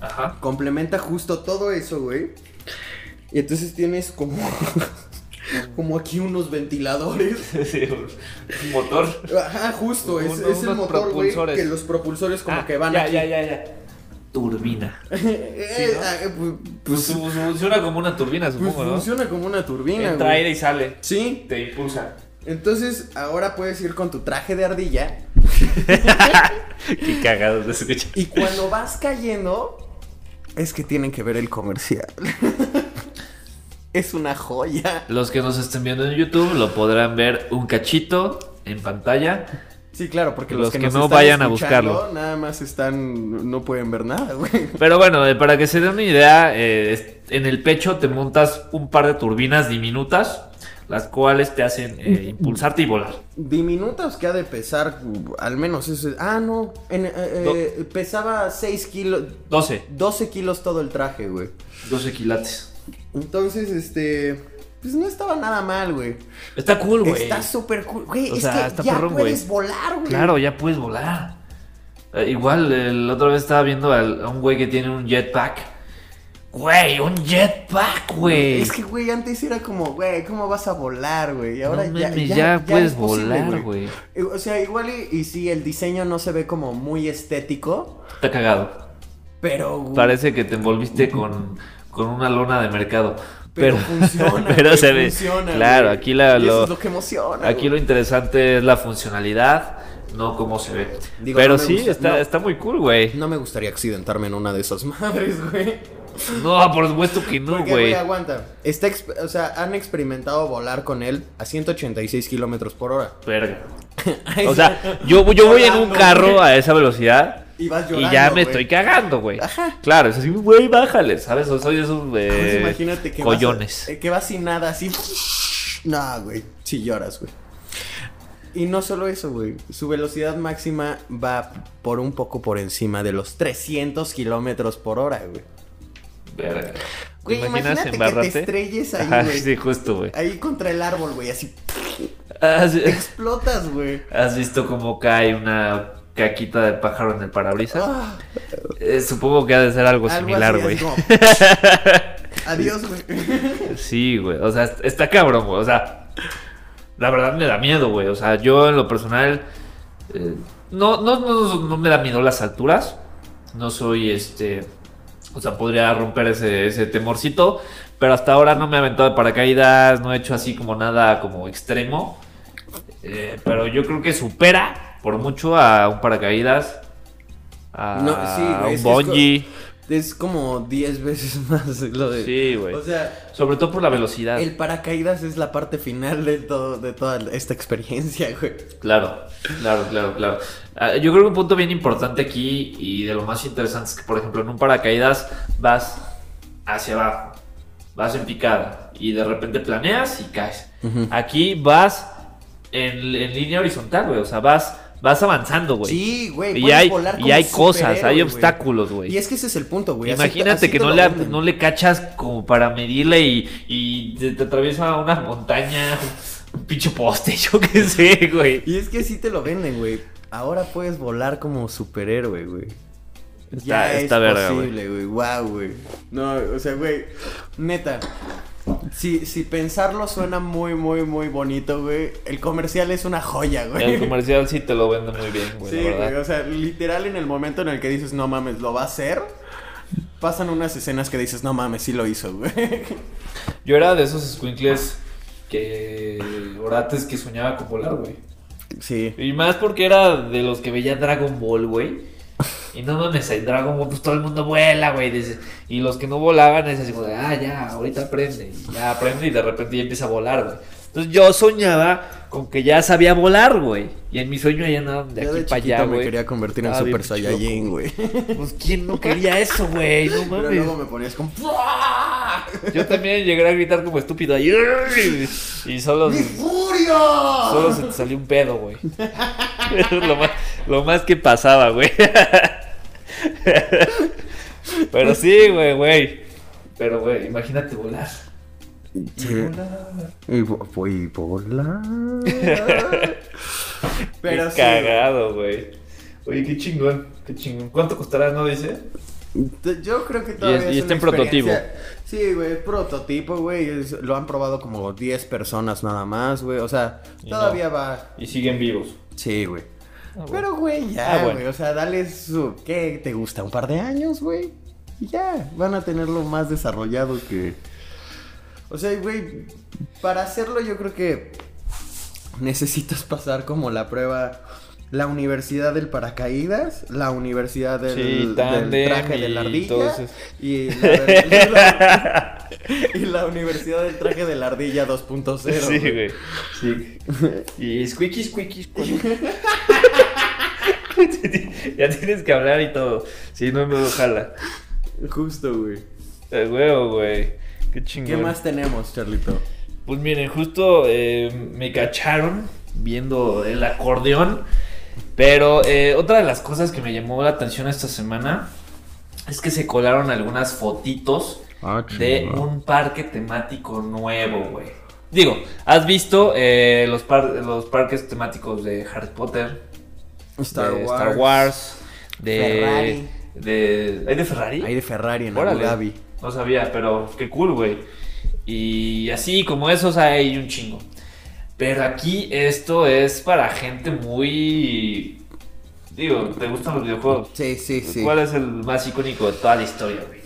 S2: Ajá.
S3: complementa justo todo eso, güey. Y entonces tienes como como aquí unos ventiladores.
S2: Sí, un motor.
S3: Ajá, justo, es,
S2: Un-
S3: es el
S2: unos
S3: motor, güey,
S2: propulsores.
S3: que los propulsores como
S2: Ah,
S3: que van
S2: ya,
S3: aquí.
S2: ya, ya, ya. Turbina.
S3: Eh,
S2: ¿no?
S3: ah, eh, pu-
S2: Pues
S3: pues,
S2: su- funciona como una turbina,
S3: pues
S2: supongo, ¿no?
S3: funciona como una turbina,
S2: Entra
S3: güey.
S2: aire y sale.
S3: Sí,
S2: Te impulsa.
S3: entonces ahora puedes ir con tu traje de ardilla
S2: Qué cagados de escucha.
S3: y cuando vas cayendo es que tienen que ver el comercial. es una joya.
S2: Los que nos estén viendo en YouTube lo podrán ver un cachito en pantalla.
S3: Sí, claro, porque los,
S2: Los que
S3: nos
S2: no
S3: están
S2: vayan a
S3: escuchando
S2: buscarlo.
S3: Nada más están, no pueden ver nada, güey.
S2: Pero bueno, eh, para que se den una idea, eh, es- en el pecho te montas un par de turbinas diminutas, las cuales te hacen eh, impulsarte y volar.
S3: Diminutos que ha de pesar, al menos eso. es- Ah, no, en- eh, eh, pesaba 6 kilos,
S2: 12.
S3: 12 kilos todo el traje, güey.
S2: 12 quilates.
S3: Entonces, este, pues no estaba nada mal, güey.
S2: Está cool, güey.
S3: Está súper cool, güey.
S2: O
S3: Es
S2: sea,
S3: que
S2: está
S3: ya
S2: perrón, güey.
S3: puedes volar, güey.
S2: Claro, ya puedes volar. Eh, igual, eh, la otra vez estaba viendo al- a un güey que tiene un jetpack. Güey, un jetpack, güey.
S3: Es que, güey, antes era como, güey, ¿cómo vas a volar, güey? Y
S2: No
S3: ahora ya,
S2: mames, ya
S3: ya, ya
S2: puedes
S3: es posible,
S2: volar, güey.
S3: Eh, O sea, igual y, y sí, el diseño no se ve como muy estético,
S2: Está cagado.
S3: pero... güey,
S2: Parece que te envolviste con, con una lona de mercado.
S3: pero, funciona.
S2: pero
S3: güey,
S2: se ve.
S3: funciona,
S2: claro,
S3: güey.
S2: aquí la,
S3: Y
S2: lo-
S3: eso es lo que emociona.
S2: Aquí lo
S3: güey.
S2: interesante es la funcionalidad, no cómo se ve.
S3: Digo,
S2: Pero
S3: no me
S2: sí,
S3: gusta-
S2: está,
S3: no.
S2: está muy cool, güey.
S3: No me gustaría accidentarme en una de esas madres, güey.
S2: No, por supuesto que no,
S3: Porque, güey,
S2: güey.
S3: aguanta. Está, exp- o sea, han experimentado volar con él a 186 kilómetros por hora.
S2: Verga. O sea, yo, yo voy en un
S3: Volando,
S2: carro
S3: güey.
S2: a esa velocidad
S3: Y vas
S2: y
S3: llorando,
S2: ya me
S3: güey.
S2: estoy cagando, güey. Claro, es así, güey, bájale, ¿sabes? O Soy esos
S3: Pues
S2: eh,
S3: imagínate que
S2: collones.
S3: Vas, eh, que vas sin nada así. No, güey. Si lloras, güey. Y no solo eso, güey. Su velocidad máxima va por un poco por encima de los 300 kilómetros por hora, güey.
S2: Verga. ¿Te
S3: Güey,
S2: imaginas
S3: imagínate que te
S2: embarrarte?
S3: estrelles
S2: Ajá,
S3: ahí, güey.
S2: sí, justo, güey.
S3: Ahí contra el árbol, güey. Así
S2: ¿Has,
S3: explotas, güey.
S2: has visto cómo cae una caquita de pájaro en el parabrisas?
S3: Ah,
S2: Eh, supongo que ha de ser algo,
S3: algo
S2: similar,
S3: así,
S2: Pues güey.
S3: así como, Adiós, güey.
S2: Sí, güey. O sea, est- está cabrón, güey. O sea, la verdad me da miedo, güey. O sea, yo en lo personal. eh, no, no, no, no me da miedo las alturas. No soy este. O sea, podría romper ese, ese temorcito. Pero hasta ahora no me he aventado de paracaídas. No he hecho así como nada como extremo. Eh, pero yo creo que supera por mucho a un paracaídas, a
S3: No, sí, güey,
S2: un
S3: es que es
S2: bungee.
S3: Es como 10 veces más lo de.
S2: Sí, güey.
S3: O sea,
S2: Sobre todo por la velocidad.
S3: el paracaídas es la parte final de todo, de toda esta experiencia, güey.
S2: Claro, claro, claro, claro. Ah, yo creo que un punto bien importante aquí y de lo más interesante es que, por ejemplo, en un paracaídas vas hacia abajo, vas en picada y de repente planeas y caes. Aquí vas en, en línea horizontal, güey. O sea, vas, vas avanzando, güey.
S3: Sí, güey.
S2: Y
S3: puedes
S2: hay,
S3: volar
S2: y
S3: como
S2: hay cosas,
S3: superhéroe,
S2: hay
S3: güey.
S2: obstáculos, güey.
S3: Y es que ese es el punto, güey. así-
S2: Imagínate
S3: así
S2: que
S3: te
S2: no
S3: lo
S2: le,
S3: venden.
S2: no le cachas como para medirle y, y te, te atraviesa una montaña, un pinche poste, yo qué sé, güey.
S3: Y es que sí te lo venden, güey. Ahora puedes volar como superhéroe, güey.
S2: Está-
S3: ya
S2: está
S3: es
S2: verga, güey.
S3: posible, güey. Wow, güey. No, o sea, güey. Neta. Si, si pensarlo suena muy, muy, muy bonito, güey. El comercial es una joya, güey.
S2: El comercial sí te lo vende muy bien, güey.
S3: sí,
S2: la
S3: güey.
S2: verdad.
S3: O sea, literal en el momento en el que dices, no mames, ¿lo va a hacer? Pasan unas escenas que dices, no mames, sí lo hizo, güey.
S2: Yo era de esos squinkles que. Orates que soñaba con volar, güey.
S3: Sí.
S2: Y más porque era de los que veía Dragon Ball, güey. Y no mames, en Dragon Ball, pues todo el mundo vuela, güey. dices, Y los que no volaban es así como de, ah, ya, ahorita aprende. y Ya aprende y de repente ya empieza a volar, güey. Entonces yo soñaba con que ya sabía volar, güey. Y en mi sueño ya andaba de
S3: Yo
S2: aquí
S3: de
S2: para allá,
S3: chiquito me
S2: güey.
S3: quería convertir en
S2: Ah, bien
S3: Super
S2: pinche
S3: Saiyajin, güey.
S2: Pues quién no quería eso, güey. No mames.
S3: Pero luego me ponías como...
S2: Yo también llegué a gritar como estúpido ahí. Y solo,
S3: ¡Mi furia!
S2: solo se te salió un pedo, güey. Eso es lo más, lo más que pasaba, güey. Pero sí, güey, güey. Pero, güey, imagínate volar.
S3: Y vo- voy a volar. Pero
S2: qué
S3: sí.
S2: cagado, güey. Oye, qué chingón, qué chingón. ¿Cuánto costará, no dice?
S3: t- Yo creo que todavía
S2: Y es-
S3: es
S2: y está
S3: una
S2: en prototipo.
S3: experiencia- Sí, güey, es prototipo, güey. es- Lo han probado como 10 personas nada más, güey. O sea,
S2: Y
S3: todavía va.
S2: Y siguen vivos.
S3: Sí, güey.
S2: Ah, bueno.
S3: Pero, güey, ya,
S2: Ah,
S3: güey.
S2: bueno.
S3: O sea, dale su... ¿Qué te gusta? ¿Un par de años, güey? Y ya, van a tenerlo más desarrollado que... O sea, güey, para hacerlo yo creo que necesitas pasar como la prueba... La universidad del paracaídas, la universidad del,
S2: Sí,
S3: del
S2: tándem
S3: traje de la
S2: y
S3: ardilla
S2: todo eso.
S3: y la, y la- y la universidad del traje de la ardilla 2.0.
S2: sí, güey.
S3: güey.
S2: Sí. Y squeaky, squeaky, squeaky. ya tienes que hablar y todo. Si no, no jala.
S3: Justo, güey.
S2: Eh, huevo, güey. Qué chingón.
S3: ¿Qué más tenemos, Charlito?
S2: Pues miren, justo eh, me cacharon viendo el acordeón. Pero eh, otra de las cosas que me llamó la atención esta semana es que se colaron algunas fotitos
S3: Ah,
S2: de un parque temático nuevo, güey. Digo, ¿has visto eh, los, par- los parques temáticos de Harry Potter?
S3: Star
S2: de
S3: Wars.
S2: Star Wars. De
S3: Ferrari.
S2: De, ¿Hay de Ferrari?
S3: Hay de Ferrari en
S2: Órale.
S3: Abu Dhabi.
S2: No sabía, pero qué cool, güey. Y así como esos hay un chingo. Pero aquí esto es para gente muy... Digo, ¿te gustan los videojuegos?
S3: Sí, sí, sí.
S2: ¿Cuál es el más icónico de toda la historia, güey?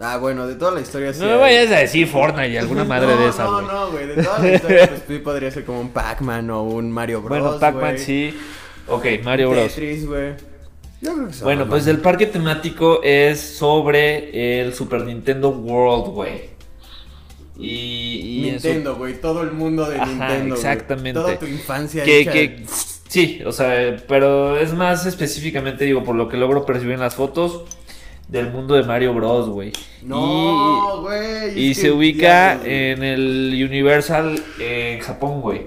S3: Ah, bueno, de toda la historia sí.
S2: No me
S3: hay.
S2: vayas a decir Fortnite y alguna madre
S3: No,
S2: de esas,
S3: No,
S2: güey.
S3: no, güey. De toda la historia, pues sí podría ser como un Pac-Man o un Mario Bros.
S2: bueno, Pac-Man
S3: güey.
S2: sí. Ok, Mario Bros.
S3: Tetris, güey. Yo creo que son
S2: Bueno,
S3: los
S2: pues
S3: más-
S2: el parque temático es sobre el Super Nintendo World, güey. Y, y en su-
S3: Nintendo, güey. Todo el mundo de
S2: Ajá,
S3: Nintendo. güey.
S2: exactamente.
S3: Toda tu infancia.
S2: que,
S3: hecha-
S2: que- sí, o sea, pero es más específicamente, digo, por lo que logro percibir en las fotos del mundo de Mario Bros, güey.
S3: No, güey. es
S2: Y, y
S3: que
S2: se ubica
S3: diablos, güey.
S2: en el Universal eh, en Japón, güey.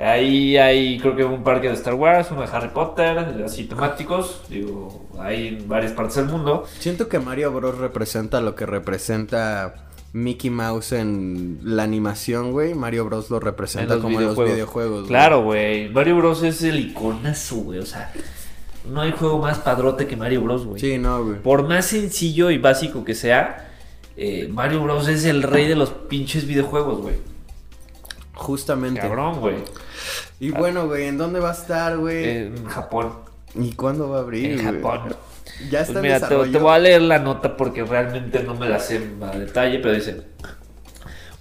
S2: Ahí hay, creo que un parque de Star Wars, uno de Harry Potter, así temáticos, digo, hay en varias partes del mundo.
S3: Siento que Mario Bros representa lo que representa Mickey Mouse en la animación, güey. Mario Bros lo
S2: En
S3: representa
S2: los
S3: como en los videojuegos. güey.
S2: Claro, güey. Mario Bros es el iconazo, güey. O sea, no hay juego más padrote que Mario Bros, güey.
S3: Sí, no, güey.
S2: Por más sencillo y básico que sea, eh, Mario Bros es el rey de los pinches videojuegos, güey.
S3: Justamente.
S2: Cabrón, güey.
S3: Y bueno, güey, ¿en dónde va a estar, güey?
S2: En Japón.
S3: ¿Y cuándo va a abrir?
S2: Eh, En
S3: güey?
S2: Japón.
S3: Ya
S2: Pues
S3: está en
S2: mira, te,
S3: desarrollo.
S2: te voy a leer la nota porque realmente no me la sé a detalle, pero dice: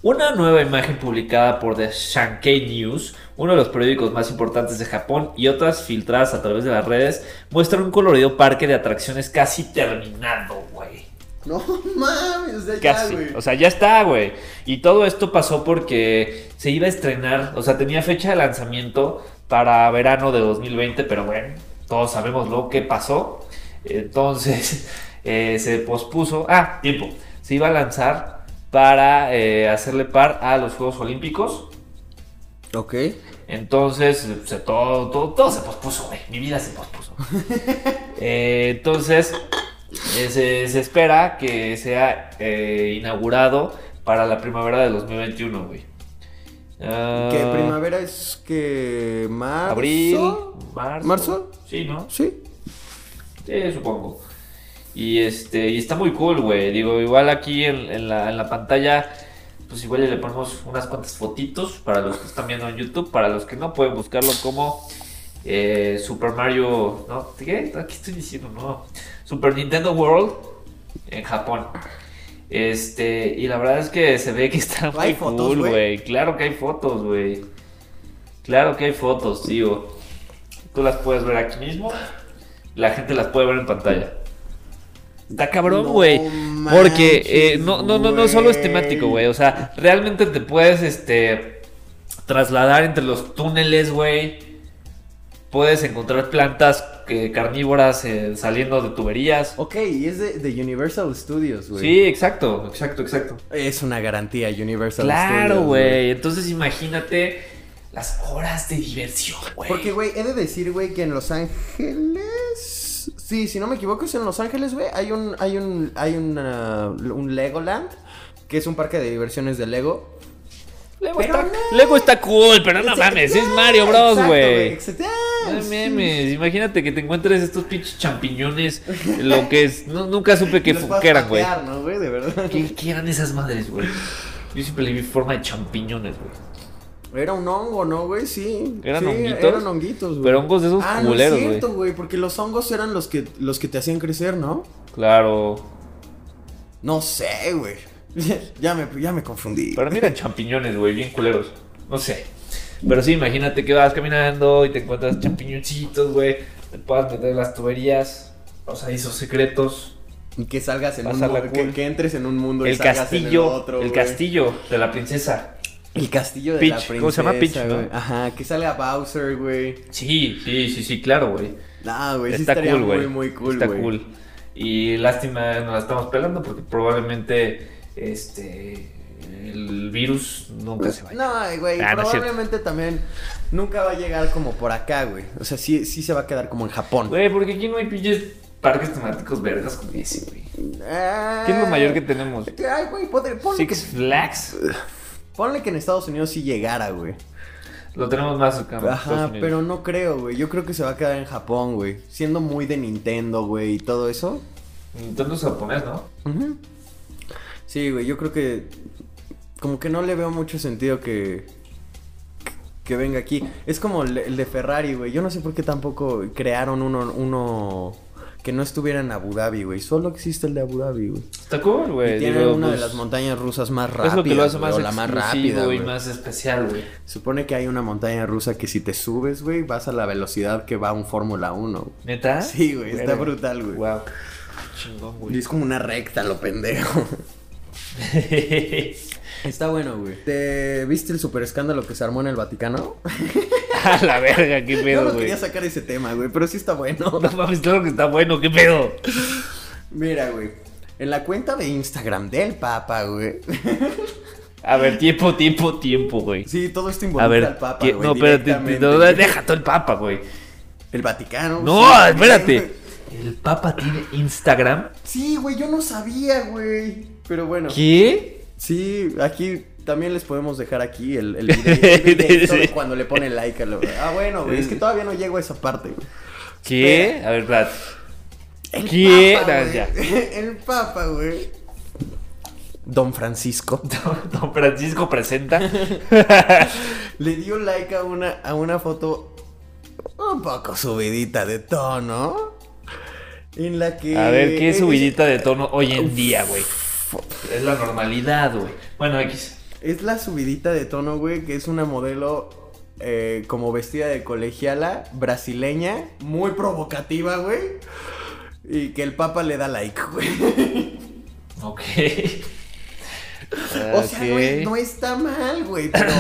S2: Una nueva imagen publicada por The Sankei News, uno de los periódicos más importantes de Japón, y otras filtradas a través de las redes, muestra un colorido parque de atracciones casi terminado, güey.
S3: No mames, o sea,
S2: Casi.
S3: ya, güey.
S2: O sea, ya está, güey. Y todo esto pasó porque se iba a estrenar, o sea, tenía fecha de lanzamiento para verano de 2020, pero bueno, todos sabemos lo que pasó. Entonces, eh, se pospuso. Ah, tiempo. Se iba a lanzar para eh, hacerle par a los Juegos Olímpicos.
S3: Ok.
S2: Entonces, se- todo, todo, todo se pospuso, güey. Mi vida se pospuso. Eh, entonces, eh, se, se espera que sea eh, inaugurado para la primavera de 2021, güey. Ah,
S3: Que primavera es que marzo.
S2: Abril, marzo.
S3: ¿Marzo?
S2: Sí, ¿no?
S3: Sí.
S2: Sí, supongo. Y este, y está muy cool, güey. Digo, igual aquí en, en la, en la pantalla, pues igual le ponemos unas cuantas fotitos para los que están viendo en YouTube, para los que no pueden buscarlo como eh, Super Mario, ¿no? ¿Qué? ¿Qué estoy diciendo? No. Super Nintendo World en Japón. Este, y la verdad es que se ve que está muy
S3: Hay fotos,
S2: cool,
S3: güey.
S2: güey. Claro que hay fotos, güey. Claro que hay fotos, tío. Tú las puedes ver aquí mismo. La gente las puede ver en pantalla. Está cabrón,
S3: No
S2: güey.
S3: manches,
S2: porque eh, no, no, no, no solo es temático, güey. O sea, realmente te puedes este trasladar entre los túneles, güey. Puedes encontrar plantas eh, carnívoras eh, saliendo de tuberías.
S3: Ok, y es de, de Universal Studios, güey.
S2: Sí, exacto, exacto, exacto.
S3: Es una garantía Universal Studios.
S2: Claro, güey. Entonces imagínate las horas de diversión, güey.
S3: Porque, güey, he de decir, güey, que en Los Ángeles. Sí, si no me equivoco, es en Los Ángeles, güey. Hay un. Hay un. Hay un. uh, un Legoland. Que es un parque de diversiones de Lego.
S2: Lego,
S3: Pero
S2: está,
S3: no.
S2: Lego está cool, pero no
S3: Exacto,
S2: mames, es
S3: ah,
S2: Mario Bros,
S3: exacto,
S2: güey.
S3: exacto,
S2: No
S3: ah, sí.
S2: mames, imagínate que te encuentres estos pinches champiñones, lo que es, no- nunca supe que,
S3: Los
S2: fu-
S3: puedes
S2: que eran, güey.
S3: patear, ¿no, güey? De verdad.
S2: ¿Qué, qué eran esas madres, güey? Yo siempre le vi forma de champiñones, güey.
S3: Era un hongo, ¿no, güey? Sí.
S2: ¿Eran
S3: sí,
S2: honguitos?
S3: Eran honguitos, güey.
S2: Pero hongos de esos
S3: Ah,
S2: culeros,
S3: no es
S2: güey.
S3: cierto, güey, porque los hongos eran los que, los que te hacían crecer, ¿no?
S2: Claro.
S3: No sé, güey. ya, me, ya me confundí.
S2: Para mí eran champiñones, güey, bien culeros. No sé. Pero sí, imagínate que vas caminando y te encuentras champiñoncitos, güey. Te puedas meter en las tuberías, los esos secretos.
S3: Y Que salgas en un
S2: Pásala
S3: mundo, que,
S2: cool.
S3: que entres en un mundo y
S2: El
S3: salgas
S2: castillo,
S3: en el otro, güey.
S2: castillo de la princesa.
S3: El castillo de la
S2: Peach,
S3: princesa,
S2: ¿cómo se llama? Peach, ¿no?
S3: güey. Ajá, que salga Bowser, güey.
S2: Sí, sí, sí, sí, claro, güey.
S3: Ah, güey, sí
S2: Está
S3: estaría
S2: cool, güey.
S3: muy, muy cool,
S2: Está
S3: güey.
S2: cool. Y lástima, nos la estamos pelando porque probablemente este el virus nunca se vaya.
S3: No, güey,
S2: Ah, no es cierto.
S3: probablemente también nunca va a llegar como por acá, güey. O sea, sí, sí se va a quedar como en Japón.
S2: Güey, porque aquí no hay pinches parques temáticos vergas como ese, güey.
S3: Ah,
S2: ¿Qué es lo mayor que tenemos?
S3: Ay, güey, podre- ponle que,
S2: Six Flags.
S3: ponle que en Estados Unidos sí llegara, güey.
S2: Lo tenemos más cerca. en Ah, Estados
S3: Ajá,
S2: Unidos.
S3: pero no creo, güey. Yo creo que se va a quedar en Japón, güey. Siendo muy de Nintendo, güey, y todo eso.
S2: Nintendo es japonés, ¿no?
S3: Ujú. Sí, güey, yo creo que. Como que no le veo mucho sentido que. Que venga aquí. Es como el, el de Ferrari, güey. Yo no sé por qué tampoco crearon uno. uno que no estuviera en Abu Dhabi, güey. Solo existe el de Abu Dhabi, güey.
S2: Está cool,
S3: y
S2: güey.
S3: tiene
S2: Digo,
S3: una
S2: pues,
S3: de las montañas rusas más rápidas.
S2: Es lo que lo hace
S3: güey,
S2: más
S3: o la más
S2: exclusivo
S3: rápida,
S2: y
S3: güey.
S2: más especial, güey.
S3: Supone que hay una montaña rusa que si te subes, güey, vas a la velocidad que va un Fórmula 1. güey.
S2: ¿Neta?
S3: Sí, güey, está
S2: ¿Ah? Verga.
S3: brutal, güey.
S2: Wow. Chingón,
S3: Y
S2: güey.
S3: es como una recta, lo pendejo. Está bueno, güey. ¿Te viste el super escándalo que se armó en el Vaticano?
S2: A la verga, qué
S3: Yo
S2: pedo,
S3: no
S2: güey.
S3: quería sacar ese tema, güey, pero sí está bueno.
S2: No mames, claro que está bueno, qué pedo.
S3: Mira, güey. En la cuenta de Instagram del Papa, güey.
S2: A ver, tiempo, tiempo, tiempo, güey.
S3: Sí, todo esto
S2: A
S3: involucra
S2: ver,
S3: al Papa,
S2: tie-
S3: güey.
S2: no, espérate,
S3: directamente.
S2: no, deja todo el papa, güey.
S3: El Vaticano.
S2: No,
S3: sí,
S2: espérate.
S3: güey.
S2: ¿El papa tiene Instagram?
S3: Sí, güey, yo no sabía, güey. Pero bueno.
S2: ¿Qué?
S3: Sí, aquí también les podemos dejar aquí el, el video. el videíto de
S2: Sí.
S3: cuando le pone like a lo... Ah, bueno, güey, es que todavía no llego a esa parte, güey.
S2: ¿Qué?
S3: Espera.
S2: A ver, espérate.
S3: El
S2: ¿Qué?
S3: Papa,
S2: No,
S3: güey.
S2: ya.
S3: El Papa, güey. Don Francisco
S2: Don Francisco presenta.
S3: le dio like a una, a una foto un poco subidita de tono. En la que.
S2: A ver, ¿qué
S3: es-
S2: subidita de tono hoy en día, güey? Es la normalidad, güey. Bueno, X.
S3: Es la subidita de tono, güey, que es una modelo eh, como vestida de colegiala, brasileña, muy provocativa, güey. Y que el papa le da like, güey.
S2: Ok.
S3: O sea, güey, no está mal, güey, pero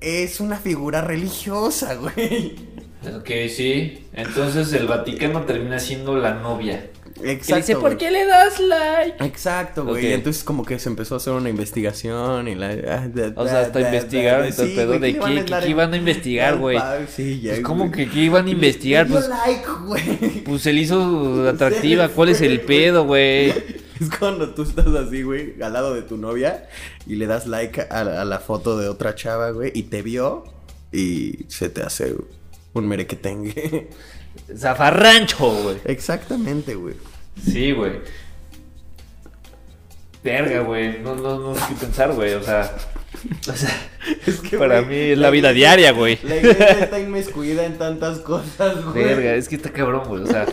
S3: es una figura religiosa, güey.
S2: Ok, sí. Entonces el Vaticano termina siendo la novia.
S3: Exacto.
S1: Que dice,
S3: güey.
S1: ¿por qué le das like?
S3: Exacto, güey.
S1: Ok.
S3: Entonces como que se empezó a hacer una investigación y la... ah, da,
S1: O
S3: da,
S1: sea, hasta
S3: da,
S1: investigaron
S3: da,
S1: el
S3: sí,
S1: pedo
S3: güey,
S1: de
S3: le
S1: qué,
S3: dar
S1: qué
S3: en-
S1: iban a investigar,
S3: al
S1: güey.
S3: padre? Sí, ya,
S1: Pues como
S3: güey.
S1: que qué iban a investigar,
S3: Le dio
S1: pues,
S3: like, güey.
S1: pues se le hizo atractiva, ¿cuál es el pedo, güey?
S3: Es cuando tú estás así, güey, al lado de tu novia y le das like a, a la foto de otra chava, güey, y te vio y se te hace un merequetengue.
S2: Zafarrancho, güey.
S3: Exactamente, güey.
S2: Sí, güey. Verga, güey. No, no, no sé qué pensar, güey. O sea. O sea,
S3: Es que
S1: Para
S3: güey,
S1: mí es la vida diaria, güey.
S3: La iglesia está inmiscuida en tantas cosas, güey.
S2: verga, es que está cabrón, güey. O sea,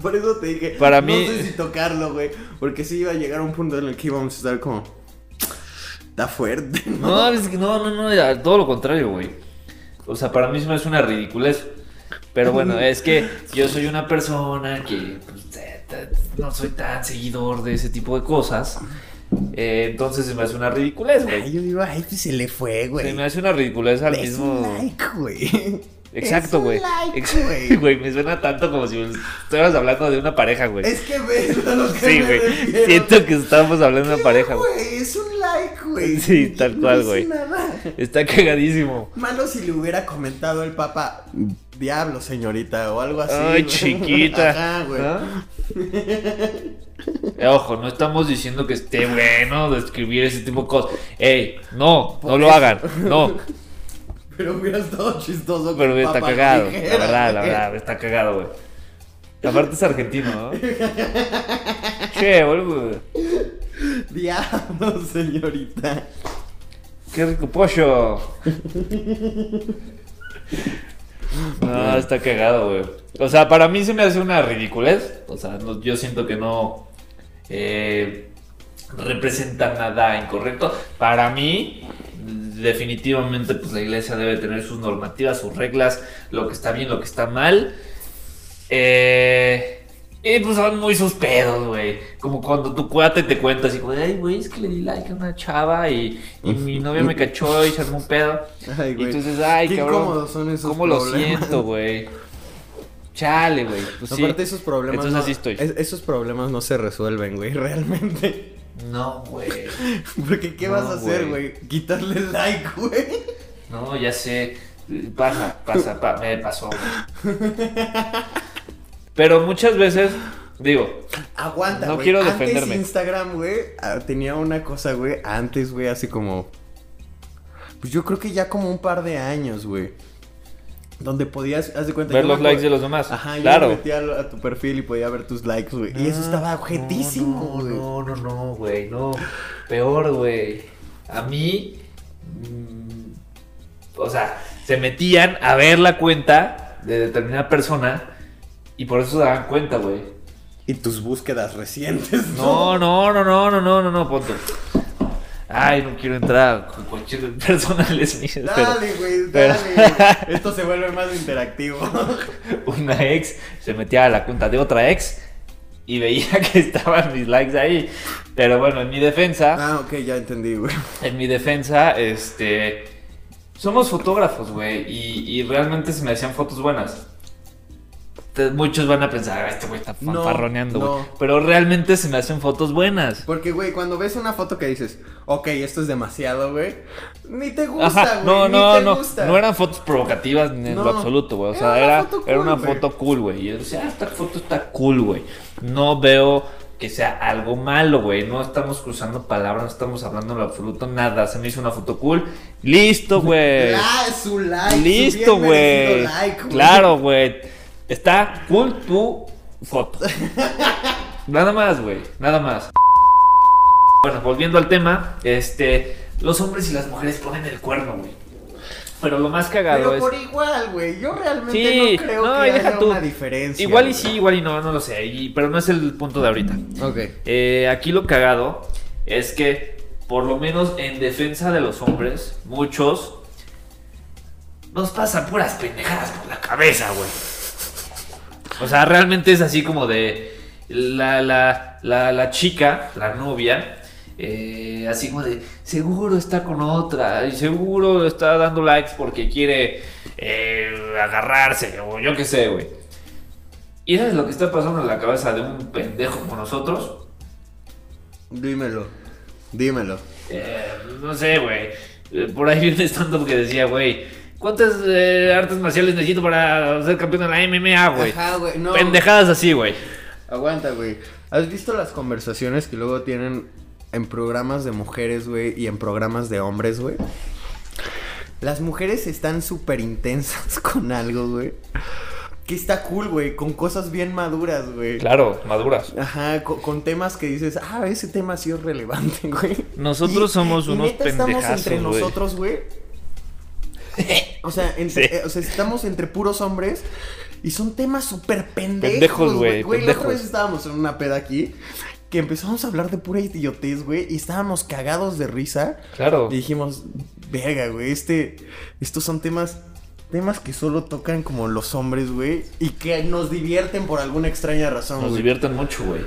S3: Por eso te dije,
S1: Para
S3: no
S1: mí-
S3: sé si tocarlo, güey. Porque sí iba a llegar a un punto en el que íbamos a estar como. Está fuerte, ¿no?
S2: no, es que no, no, no, ya, todo lo contrario, güey. O sea, para mí eso es una ridiculez. Pero bueno, es que yo soy una persona que pues, eh, eh, no soy tan seguidor de ese tipo de cosas. Eh, entonces se me hace una ridiculez,
S3: Ay,
S2: güey.
S3: yo digo, ay, pues se le fue, güey.
S2: Se me hace una ridiculez al
S3: Es
S2: mismo.
S3: un like, güey.
S2: Exacto,
S3: Es un
S2: güey.
S3: like,
S2: Ex-
S3: güey.
S2: Güey, me suena tanto como si estuvieras hablando de una pareja, güey.
S3: Es que ves a lo que
S2: Sí,
S3: me
S2: güey.
S3: refiero.
S2: Siento que estábamos hablando de una
S3: ¿Qué,
S2: pareja, güey.
S3: Es un like, güey.
S2: Sí, tal cual, güey.
S3: No es nada.
S2: Está cagadísimo.
S3: Malo si le hubiera comentado el papa, diablo, señorita, o algo así.
S2: Ay,
S3: güey.
S2: chiquita.
S3: Ajá, güey.
S2: ¿Ah? Eh, Ojo, no estamos diciendo que esté bueno describir ese tipo de cosas. Ey, no, no
S3: Por
S2: lo
S3: eso.
S2: hagan. No,
S3: Pero hubiera estado chistoso. que
S2: pero
S3: el
S2: está
S3: papa
S2: cagado. La
S3: dijera,
S2: verdad, la
S3: güey.
S2: verdad, está cagado, güey. Aparte es argentino, ¿no? Che, boludo.
S3: Diablo, señorita.
S2: ¡Qué rico pollo! No, está cagado, güey. O sea, para mí se me hace una ridiculez. O sea, no- yo siento que no eh, representa nada incorrecto. Para mí, definitivamente, pues la iglesia debe tener sus normativas, sus reglas, lo que está bien, lo que está mal. Eh, y pues son muy sus pedos, güey. Como cuando tu cuate te cuenta así, como, de, ay, güey, es que le di like a una chava y, y mi novia me cachó y se armó un pedo.
S3: Ay,
S2: Y
S3: güey.
S2: entonces, ay,
S3: Qué
S2: cabrón.
S3: incómodos son esos
S2: ¿Cómo lo
S3: problemas.
S2: siento, güey? Chale, güey. Pues sí.
S3: Aparte, esos problemas.
S2: Entonces
S3: no,
S2: así estoy.
S3: es- esos problemas no se resuelven, güey, realmente.
S2: No, güey.
S3: Porque, ¿qué
S2: No,
S3: vas a hacer,
S2: güey.
S3: güey? Quitarle like, güey.
S2: No, ya sé. Pasa, pasa, pa- me pasó. güey. Pero muchas veces, digo,
S3: Aguanta,
S2: No
S3: güey.
S2: quiero
S3: Antes
S2: defenderme.
S3: Instagram, güey, ah, tenía una cosa, güey. Antes, güey, así como. Pues yo creo que ya como un par de años, güey. Donde podías, haz de cuenta.
S2: ver
S3: yo me
S2: los likes de
S3: acuerdo-
S2: los demás.
S3: Ajá, yo me
S2: claro. Ah,
S3: metía a, a tu perfil y podía ver tus likes, güey. y eso estaba objetísimo,
S2: No,
S3: güey.
S2: No, no, no, güey, no. Peor, güey. A mí. mm, o sea, se metían a ver la cuenta de determinada persona y por eso se daban cuenta, güey.
S3: Y tus búsquedas recientes, ¿no?
S2: No, no, no, no, no, no, no, no, ponte. Ay, no quiero entrar con cualquier persona les mío, pero
S3: Dale, güey,
S2: pero- Ah.
S3: dale. Esto se vuelve más interactivo.
S2: una ex se metía a la cuenta de otra ex y veía que estaban mis likes ahí. Pero bueno, en mi defensa.
S3: ah, ok, ya entendí, güey.
S2: En mi defensa, este. Somos fotógrafos, güey. Y, y realmente se me hacían fotos buenas. Te- Muchos van a pensar, "Ah, este güey está
S3: No,
S2: fanfarroneando, güey.
S3: no.
S2: Pero realmente se me hacen fotos buenas.
S3: Porque, güey, cuando ves una foto que dices, ok, esto es demasiado, güey, ni te gusta,
S2: Ajá,
S3: güey.
S2: no,
S3: ni
S2: no,
S3: te
S2: no.
S3: gusta.
S2: No eran fotos provocativas en
S3: No,
S2: lo absoluto, güey. O
S3: era
S2: sea,
S3: una
S2: era,
S3: foto
S2: era
S3: cool,
S2: una
S3: güey.
S2: foto cool, güey. Y yo decía, "Ah, esta foto está cool, güey. No veo que sea algo malo, güey. No estamos cruzando palabras, no estamos hablando en lo absoluto nada. Se me hizo una foto cool. Listo, güey.
S3: Ah, su like. su
S2: Listo,
S3: bien
S2: güey.
S3: merecido like, güey.
S2: claro, güey. Está cool tu foto. nada más, güey. Nada más. Bueno, volviendo al tema, este, los hombres y las mujeres ponen el cuerno, güey. Pero lo más cagado
S3: Pero
S2: es
S3: por igual, güey. Yo realmente
S2: pues. Sí,
S3: no creo
S2: no,
S3: que
S2: y deja
S3: haya
S2: tú.
S3: una diferencia.
S2: igual y
S3: güey.
S2: sí, igual y no, no lo sé. y- pero no es el punto de ahorita.
S3: Ok.
S2: Eh, aquí lo cagado es que por lo menos en defensa de los hombres, muchos, nos pasan puras pendejadas por la cabeza, güey. O sea, realmente es así como de la, la, la, la chica, la novia, eh, así como de seguro está con otra, y seguro está dando likes porque quiere eh, agarrarse, o yo qué sé, güey. ¿Y sabes lo que está pasando en la cabeza de un pendejo como nosotros?
S3: Dímelo. Dímelo.
S2: Eh, no sé, güey. Eh, Por ahí viene estando que decía, güey. ¿Cuántas eh, artes marciales necesito para ser campeón de la MMA, güey?
S3: Ajá, güey, no.
S2: Pendejadas así, güey.
S3: Aguanta, güey. ¿Has visto las conversaciones que luego tienen en programas de mujeres, güey, y en programas de hombres, güey? Las mujeres están súper intensas con algo, güey. Que está cool, güey, con cosas bien maduras, güey.
S2: Claro, maduras.
S3: Ajá, co- con, temas que dices, ah, ese tema sí es relevante, güey.
S1: Nosotros somos unos
S3: neta estamos entre
S1: pendejazos, güey.
S3: nosotros, güey. O sea, entre-
S2: Sí.
S3: eh, o sea, estamos entre puros hombres y son temas súper pendejos.
S1: Pendejos, güey,
S3: la otra
S1: pendejos.
S3: vez estábamos en una peda aquí que empezamos a hablar de pura idiotez, güey, y estábamos cagados de risa.
S1: Claro.
S3: Y dijimos, verga, güey, este, estos son temas, temas que solo tocan como los hombres, güey, y que nos divierten por alguna extraña razón,
S2: Nos
S3: güey.
S2: divierten mucho, güey.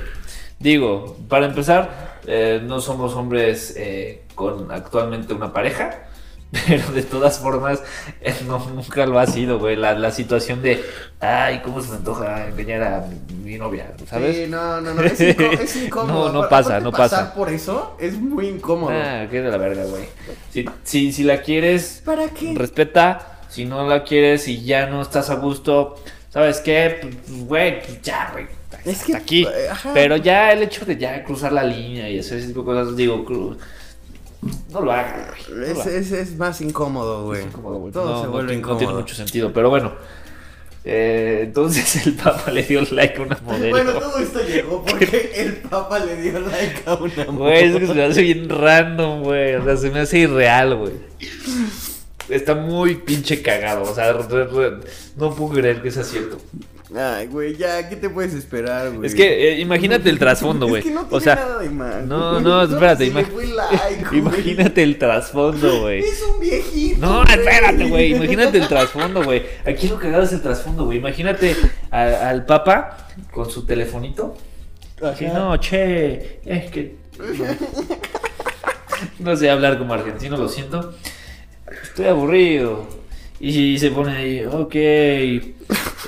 S2: Digo, para empezar, eh, no somos hombres eh, con actualmente una pareja. Pero de todas formas, eh, no, nunca lo ha sido, güey. La, la situación de, ay, ¿cómo se me antoja engañar a mi, mi novia? ¿Sabes?
S3: Sí, no, no, no, es, incó- es incómodo.
S1: No, no
S3: Apar-
S1: pasa,
S3: aparte
S1: no
S3: pasar
S1: pasa.
S3: por eso es muy incómodo.
S2: Ah, qué de la verga, güey. Si, si, si la quieres,
S3: ¿Para qué?
S2: respeta. Si no la quieres y ya no estás a gusto, ¿sabes qué? Pues, Güey, pues ya, güey.
S3: Es
S2: hasta
S3: que,
S2: aquí.
S3: eh, ajá.
S2: Pero ya el hecho de ya cruzar la línea y hacer ese tipo de cosas, digo, cru- no lo hagas, güey. No lo
S3: Es,
S2: hagas.
S3: es, es más incómodo, güey.
S2: Es incómodo, güey.
S3: Todo
S2: no,
S3: se
S2: no
S3: vuelve
S2: tiene- no
S3: incómodo.
S2: tiene mucho sentido, pero bueno. Eh, entonces el Papa le dio like a una modelo.
S3: Bueno, todo esto llegó porque el Papa le dio like a una
S2: Güey, es
S3: mujer.
S2: que se me hace bien random, güey. O sea, se me hace irreal, güey. Está muy pinche cagado. O sea, re- re- no puedo creer que sea cierto.
S3: Ay, güey, ya, ¿qué te puedes esperar, güey?
S2: Es que eh, imagínate el trasfondo, güey.
S3: Es que no tiene
S2: o sea,
S3: nada de mal.
S2: no,
S3: güey.
S2: no,
S3: Solo
S2: espérate,
S3: si le
S2: imag-
S3: fue like, güey.
S2: imagínate el trasfondo, güey.
S3: Es un viejito.
S2: No, espérate, güey. Imagínate el trasfondo, güey. Aquí lo cagado es el trasfondo, güey. Imagínate a- al Papa con su telefonito.
S3: Ajá.
S2: Sí, no, che, es que. No sé hablar como argentino, lo siento. Estoy aburrido. Y se pone ahí, ok.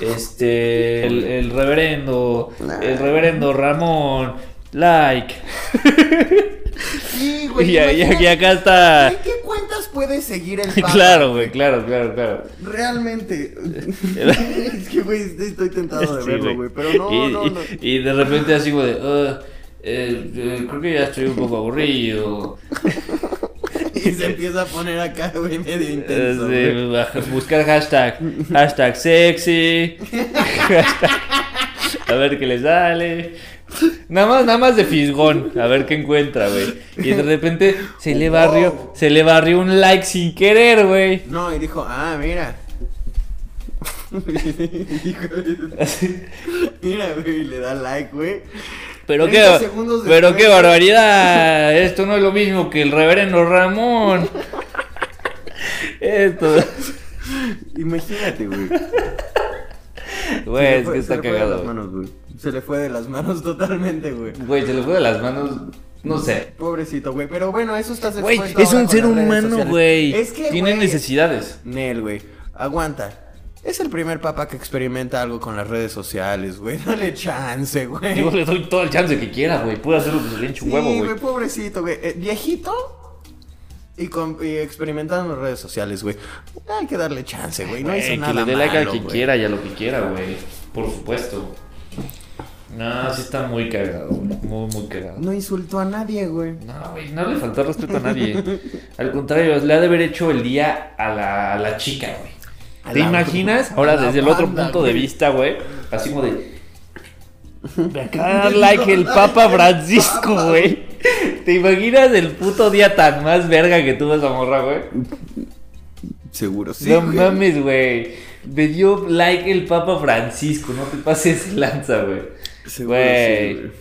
S2: Este, el, el reverendo, el reverendo Ramón, like.
S3: Sí, güey.
S2: Y, a- y a- y
S3: imagínate-
S2: acá está.
S3: ¿En qué cuentas puede seguir el Papa?
S2: Claro, güey, claro, claro, claro.
S3: Realmente. es que, güey, estoy tentado de
S2: Sí,
S3: verlo, güey. Pero no,
S2: y,
S3: no,
S2: y-
S3: no.
S2: y de repente así como de, "Ah, eh, eh, creo que ya estoy un poco aburrido.
S3: Y se empieza a poner acá, güey, medio
S2: Eh,
S3: intenso.
S2: sí,
S3: güey.
S2: baja- buscar hashtag, hashtag sexy, hashtag- a ver qué les sale. Nada más, nada más de fisgón, a ver qué encuentra, güey. Y de repente se le barrió,
S3: Wow.
S2: se le barrió un like sin querer, güey.
S3: No, y dijo, ah, mira. Dijo, mira, güey, le da like, güey.
S2: Pero qué,
S3: 30 segundos
S2: pero
S3: después.
S2: qué barbaridad. Esto no es lo mismo que el reverendo Ramón. Esto,
S3: Imagínate, güey.
S2: güey,
S3: Se le
S2: es
S3: fue-
S2: que
S3: se
S2: está
S3: le fue de
S2: cagado.
S3: las
S2: güey.
S3: manos, güey. Se le fue de las manos totalmente, güey.
S2: Güey, se le fue de las manos, no sé.
S3: Pobrecito, güey. Pero bueno, eso estás
S2: Güey,
S3: expuesto
S2: es
S3: ahora
S2: un
S3: con
S2: ser
S3: las redes
S2: humano,
S3: sociales.
S2: güey.
S3: Es que,
S2: Tiene
S3: güey,
S2: necesidades.
S3: Nel, güey. Aguanta. Es el primer papá que experimenta algo con las redes sociales, güey. Dale chance,
S2: Yo
S3: güey.
S2: le doy todo el chance que quiera, güey. Puedo hacer lo que se le hinche
S3: Sí,
S2: un huevo, güey.
S3: güey, pobrecito, güey. Eh, viejito y, con, y experimentando las redes sociales, güey. Hay que darle chance, güey. No
S2: Güey,
S3: hizo
S2: que
S3: nada
S2: le dé like a
S3: malo,
S2: quien
S3: güey.
S2: quiera y a lo que quiera, güey. Por supuesto. No, sí está muy cagado, güey. Muy, muy cagado.
S3: No insultó a nadie, güey.
S2: No, güey, Ah, no le faltó respeto a nadie. Al contrario, le ha de haber hecho el día a la, a la chica, güey.
S3: A
S2: ¿Te
S3: la-
S2: imaginas?
S3: a
S2: Ahora,
S3: la
S2: desde el otro
S3: banda,
S2: punto de
S3: güey.
S2: vista, güey. Así como de. Me acaba de dar like el Papa Francisco, güey. ¿Te imaginas el puto día tan más verga que tuvo esa morra, güey?
S3: Seguro, sí.
S2: no
S3: güey.
S2: mames, güey. Me dio like el Papa Francisco. No te pases de lanza, güey.
S3: Seguro sí,
S2: Güey.
S3: güey.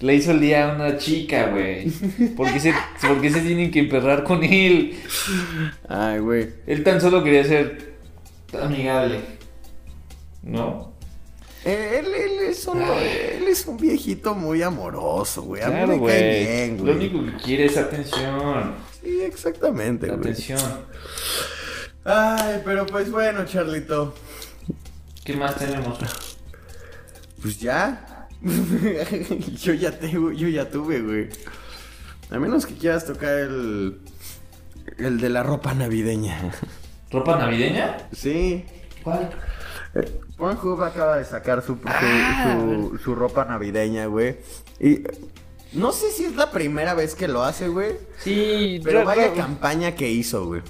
S2: le hizo el día a una chica, güey. ¿Por, qué se- ¿Por qué se tienen que emperrar con él?
S3: Ay, güey.
S2: Él tan solo quería ser amigable. ¿No?
S3: Eh, Él, él es un, él es un viejito muy amoroso, güey. A mí
S2: Claro,
S3: me cae
S2: güey.
S3: bien,
S2: Lo
S3: güey.
S2: único que quiere es atención.
S3: Sí, exactamente, güey.
S2: Atención.
S3: Ay, pero pues bueno, Charlito.
S2: ¿Qué más tenemos?
S3: Pues ya. yo ya tengo, yo ya tuve, güey. A menos que quieras tocar el. El de la ropa navideña.
S2: ¿Ropa navideña?
S3: Sí.
S2: ¿Cuál?
S3: Eh, Pornhub acaba de sacar su, su- su- su ropa navideña, güey. Y. eh, No sé si es la primera vez que lo hace, güey.
S2: Sí,
S3: Pero
S2: yo-
S3: vaya
S2: yo-
S3: campaña que hizo, güey.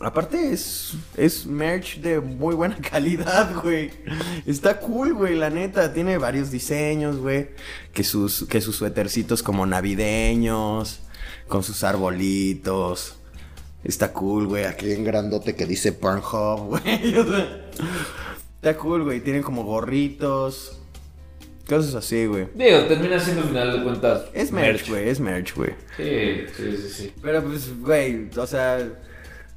S3: Aparte es, es merch de muy buena calidad, güey. Está cool, güey, la neta. Tiene varios diseños, güey. Que sus, que sus suétercitos como navideños, con sus arbolitos. Está cool, güey. Aquí en grandote que dice Pornhub, güey. O sea, Está cool, güey. Tienen como gorritos. Cosas así, güey.
S2: Digo, termina siendo al final de cuentas.
S3: Es merch, güey. Es merch, güey.
S2: Sí, sí, sí, sí.
S3: Pero pues, güey, o sea,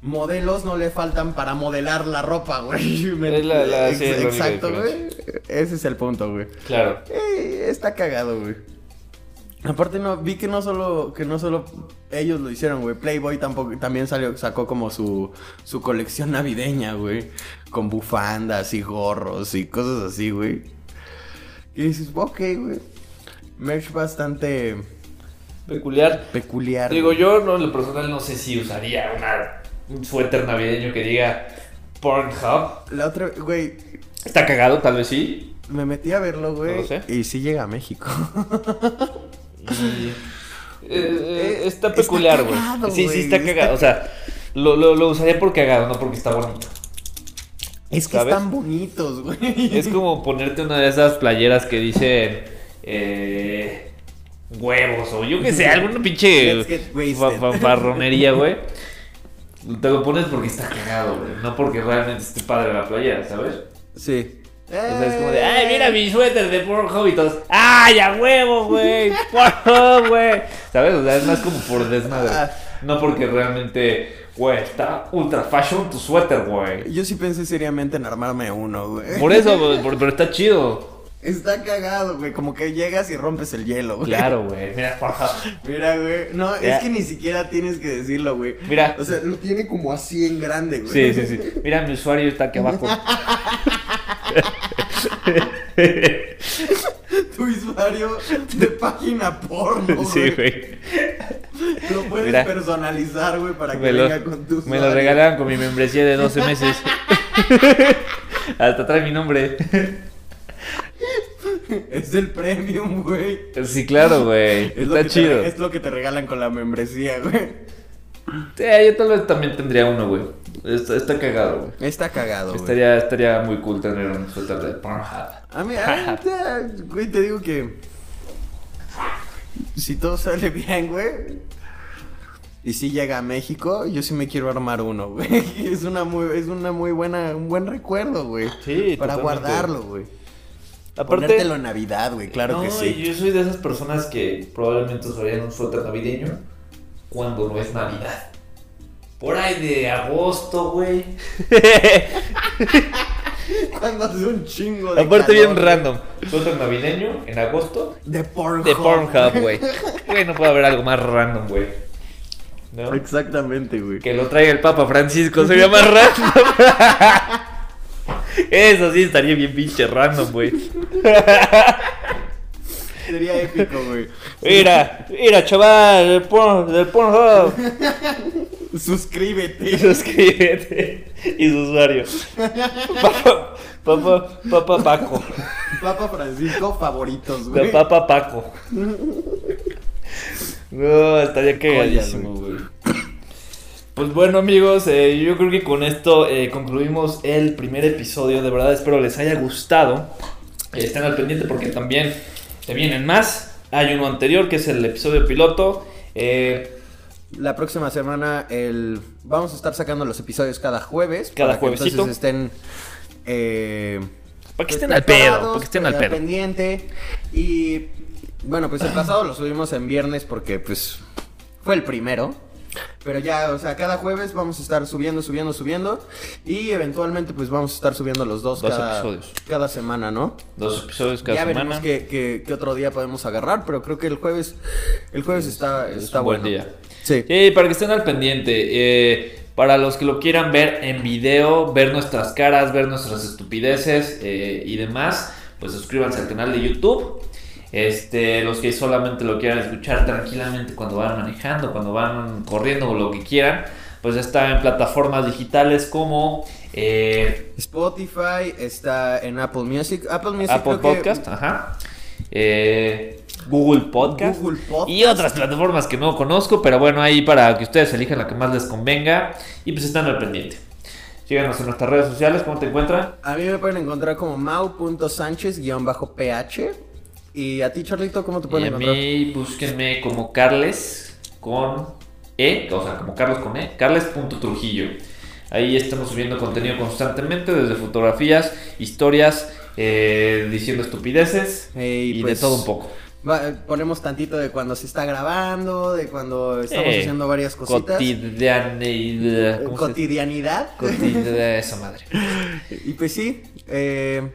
S3: modelos no le faltan para modelar la ropa, güey. Me-
S2: Es la- la- sí, es la única
S3: exacto, güey. Ese es el punto, güey.
S2: Claro.
S3: Eh, está cagado, güey. Aparte no vi que no solo que no solo ellos lo hicieron, güey. Playboy tampoco también salió sacó como su su colección navideña, güey, con bufandas y gorros y cosas así, güey. Y dices, ok, güey. Merch bastante
S2: Peculiar.
S3: peculiar.
S2: Digo,
S3: güey.
S2: yo no, en lo personal no sé si usaría una, un suéter navideño que diga Pornhub.
S3: La otra, güey,
S2: Está cagado, tal vez sí.
S3: Me metí a verlo, güey.
S2: No lo sé.
S3: Y sí llega a México.
S2: Y, eh, eh,
S3: Eh,
S2: está
S3: está
S2: peculiar, güey.
S3: cagado,
S2: Sí, sí,
S3: güey,
S2: está
S3: está
S2: cagado. O sea, lo, lo, lo usaría por cagado, no porque está bonito.
S3: Es que
S2: ¿Sabes?
S3: están bonitos, güey.
S2: Es como ponerte una de esas playeras que dicen eh, huevos o yo qué sé, alguna pinche
S3: Let's get wasted.
S2: fa- fanfarronería, güey. Te lo pones porque está cagado, güey. No porque realmente esté padre la playera, ¿sabes?
S3: Sí.
S2: O sea, es como de,
S3: Eh.
S2: ay, mira mi suéter de Pornhub y todos, ay, a huevo, güey, Pornhub, güey. ¿Sabes? O sea, es más como por desmadre.
S3: Ah.
S2: No porque realmente, güey, está ultra fashion tu suéter, güey.
S3: Yo sí pensé seriamente en armarme uno, güey.
S2: Por e-. eso, güey, por- pero está chido.
S3: Está cagado, güey. Como que llegas y rompes el hielo, güey.
S2: Claro, güey. Mira, Pornhub.
S3: Mira, güey. No,
S2: Ya.
S3: es que ni siquiera tienes que decirlo, güey.
S2: Mira.
S3: O sea, lo tiene como así en grande, güey.
S2: Sí, sí, sí. Mira, mi usuario está aquí abajo.
S3: Tu usuario de página porno, güey.
S2: Sí, güey.
S3: Lo puedes
S2: Mira.
S3: personalizar, güey, para que
S2: Me lo,
S3: venga con tu
S2: me lo
S3: usuario.
S2: regalaron con mi membresía de 12 meses. Hasta trae mi nombre.
S3: Es el premium, güey.
S2: Sí, claro, güey.
S3: Es lo
S2: Está
S3: que te
S2: chido.
S3: re- es lo que te regalan con la membresía, güey.
S2: Sí, yo tal vez también tendría uno, güey. Está, está cagado, güey.
S3: Está cagado, güey.
S2: Estaría, estaría muy cool tener un suéter de Pornhub.
S3: A mí, a mí, te- güey, te digo que... Si todo sale bien, güey... Y si llega a México, yo sí me quiero armar uno, güey. Es una muy, es una muy buena, un buen recuerdo, güey.
S2: Sí,
S3: Para
S2: totalmente.
S3: guardarlo, güey.
S2: Aparte,
S3: Ponértelo en Navidad, güey, claro
S2: no,
S3: que sí.
S2: yo soy de esas personas que probablemente usarían un suéter navideño cuando no es Navidad. Por ahí de agosto, güey.
S3: Cuando hace un chingo de
S2: Aparte
S3: calor,
S2: bien random. Suéter navideño en agosto
S3: De Pornhub.
S2: de Pornhub, güey. Güey, no puede haber algo más random, güey. ¿No?
S3: Exactamente, güey.
S2: Que lo traiga el Papa Francisco sería más random. Eso sí estaría bien pinche random, güey.
S3: Sería épico, güey.
S2: Mira, mira, chaval, del Porn- del Pornhub. Y
S3: Suscríbete.
S2: suscríbete. Y su usuario. Papá, papá, papá Paco.
S3: Papa Francisco favoritos,
S2: De
S3: güey.
S2: Papa Paco. No, estaría cagadísimo,
S3: Joyas,
S2: güey. Pues bueno, amigos, eh, yo creo que con esto eh, concluimos el primer episodio. De verdad, espero les haya gustado. Eh, estén al pendiente porque también se vienen más. Hay uno anterior que es el episodio piloto. Eh,
S3: La próxima semana el vamos a estar sacando los episodios cada jueves.
S2: Cada
S3: para que
S2: juevesito.
S3: entonces estén. eh,
S2: para que
S3: pues,
S2: estén al
S3: preparados,
S2: pedo, para que estén al
S3: eh,
S2: pedo.
S3: pendiente. Y Bueno, pues el pasado lo subimos en viernes porque, pues, fue el primero. Pero ya, o sea, cada jueves vamos a estar subiendo, subiendo, subiendo. Y eventualmente, pues, vamos a estar subiendo los dos,
S2: Dos
S3: cada,
S2: episodios.
S3: cada semana, ¿no?
S2: Dos episodios cada
S3: ya veremos
S2: semana.
S3: qué, qué- qué otro día podemos agarrar, pero creo que el jueves, el jueves está,
S2: Es
S3: está
S2: un buen
S3: bueno.
S2: día.
S3: Sí.
S2: Sí, para que estén al pendiente. eh, para los que lo quieran ver en video, ver nuestras caras, ver nuestras estupideces eh, y demás, pues suscríbanse al canal de YouTube. Este, los que solamente lo quieran escuchar tranquilamente cuando van manejando, cuando van corriendo o lo que quieran, pues está en plataformas digitales como eh,
S3: Spotify está en Apple Music. Apple Music
S2: Apple
S3: creo que-
S2: Podcast, ajá, eh, Google Podcast.
S3: Google Podcast.
S2: y otras plataformas que no conozco, pero bueno, ahí para que ustedes elijan la que más les convenga y pues están al pendiente. Síganos en nuestras redes sociales, ¿cómo te encuentran?
S3: A mí me pueden encontrar como mau.sánchez-ph. Y a ti, Charlito, ¿cómo te
S2: Y
S3: pueden
S2: a
S3: encontrar?
S2: mí búsquenme como Carles con E, o sea, como Carlos con E, carles.trujillo. Ahí estamos subiendo contenido constantemente, desde fotografías, historias, eh, diciendo estupideces
S3: Ey,
S2: y
S3: pues,
S2: de todo un poco.
S3: va- eh, ponemos tantito de cuando se está grabando, de cuando estamos
S2: Eh,
S3: haciendo varias cositas.
S2: Cotidianeidad.
S3: Eh,
S2: ¿cómo se dice?
S3: cotidianidad.
S2: Cotidianidad, esa madre.
S3: y pues sí, eh,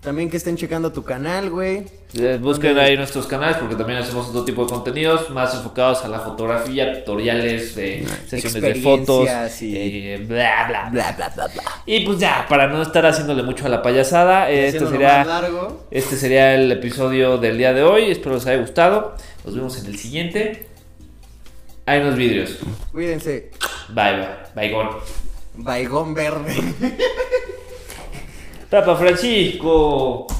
S3: también que estén checando tu canal, güey.
S2: Eh, Busquen
S3: ¿Dónde?
S2: ahí nuestros canales porque también hacemos otro tipo de contenidos más enfocados a la fotografía, tutoriales, eh, sesiones de fotos,
S3: Experiencias y-
S2: eh, bla, bla, bla.
S3: Bla, bla, bla, bla.
S2: Y pues ya, para no estar haciéndole mucho a la payasada, eh, este
S3: Haciéndolo más
S2: sería,
S3: largo.
S2: este sería el episodio del día de hoy. Espero les haya gustado. Nos vemos en el siguiente. Hay unos vidrios.
S3: Cuídense.
S2: Bye, bye. Bye, gone.
S3: Baigón verde.
S2: Papa Francisco.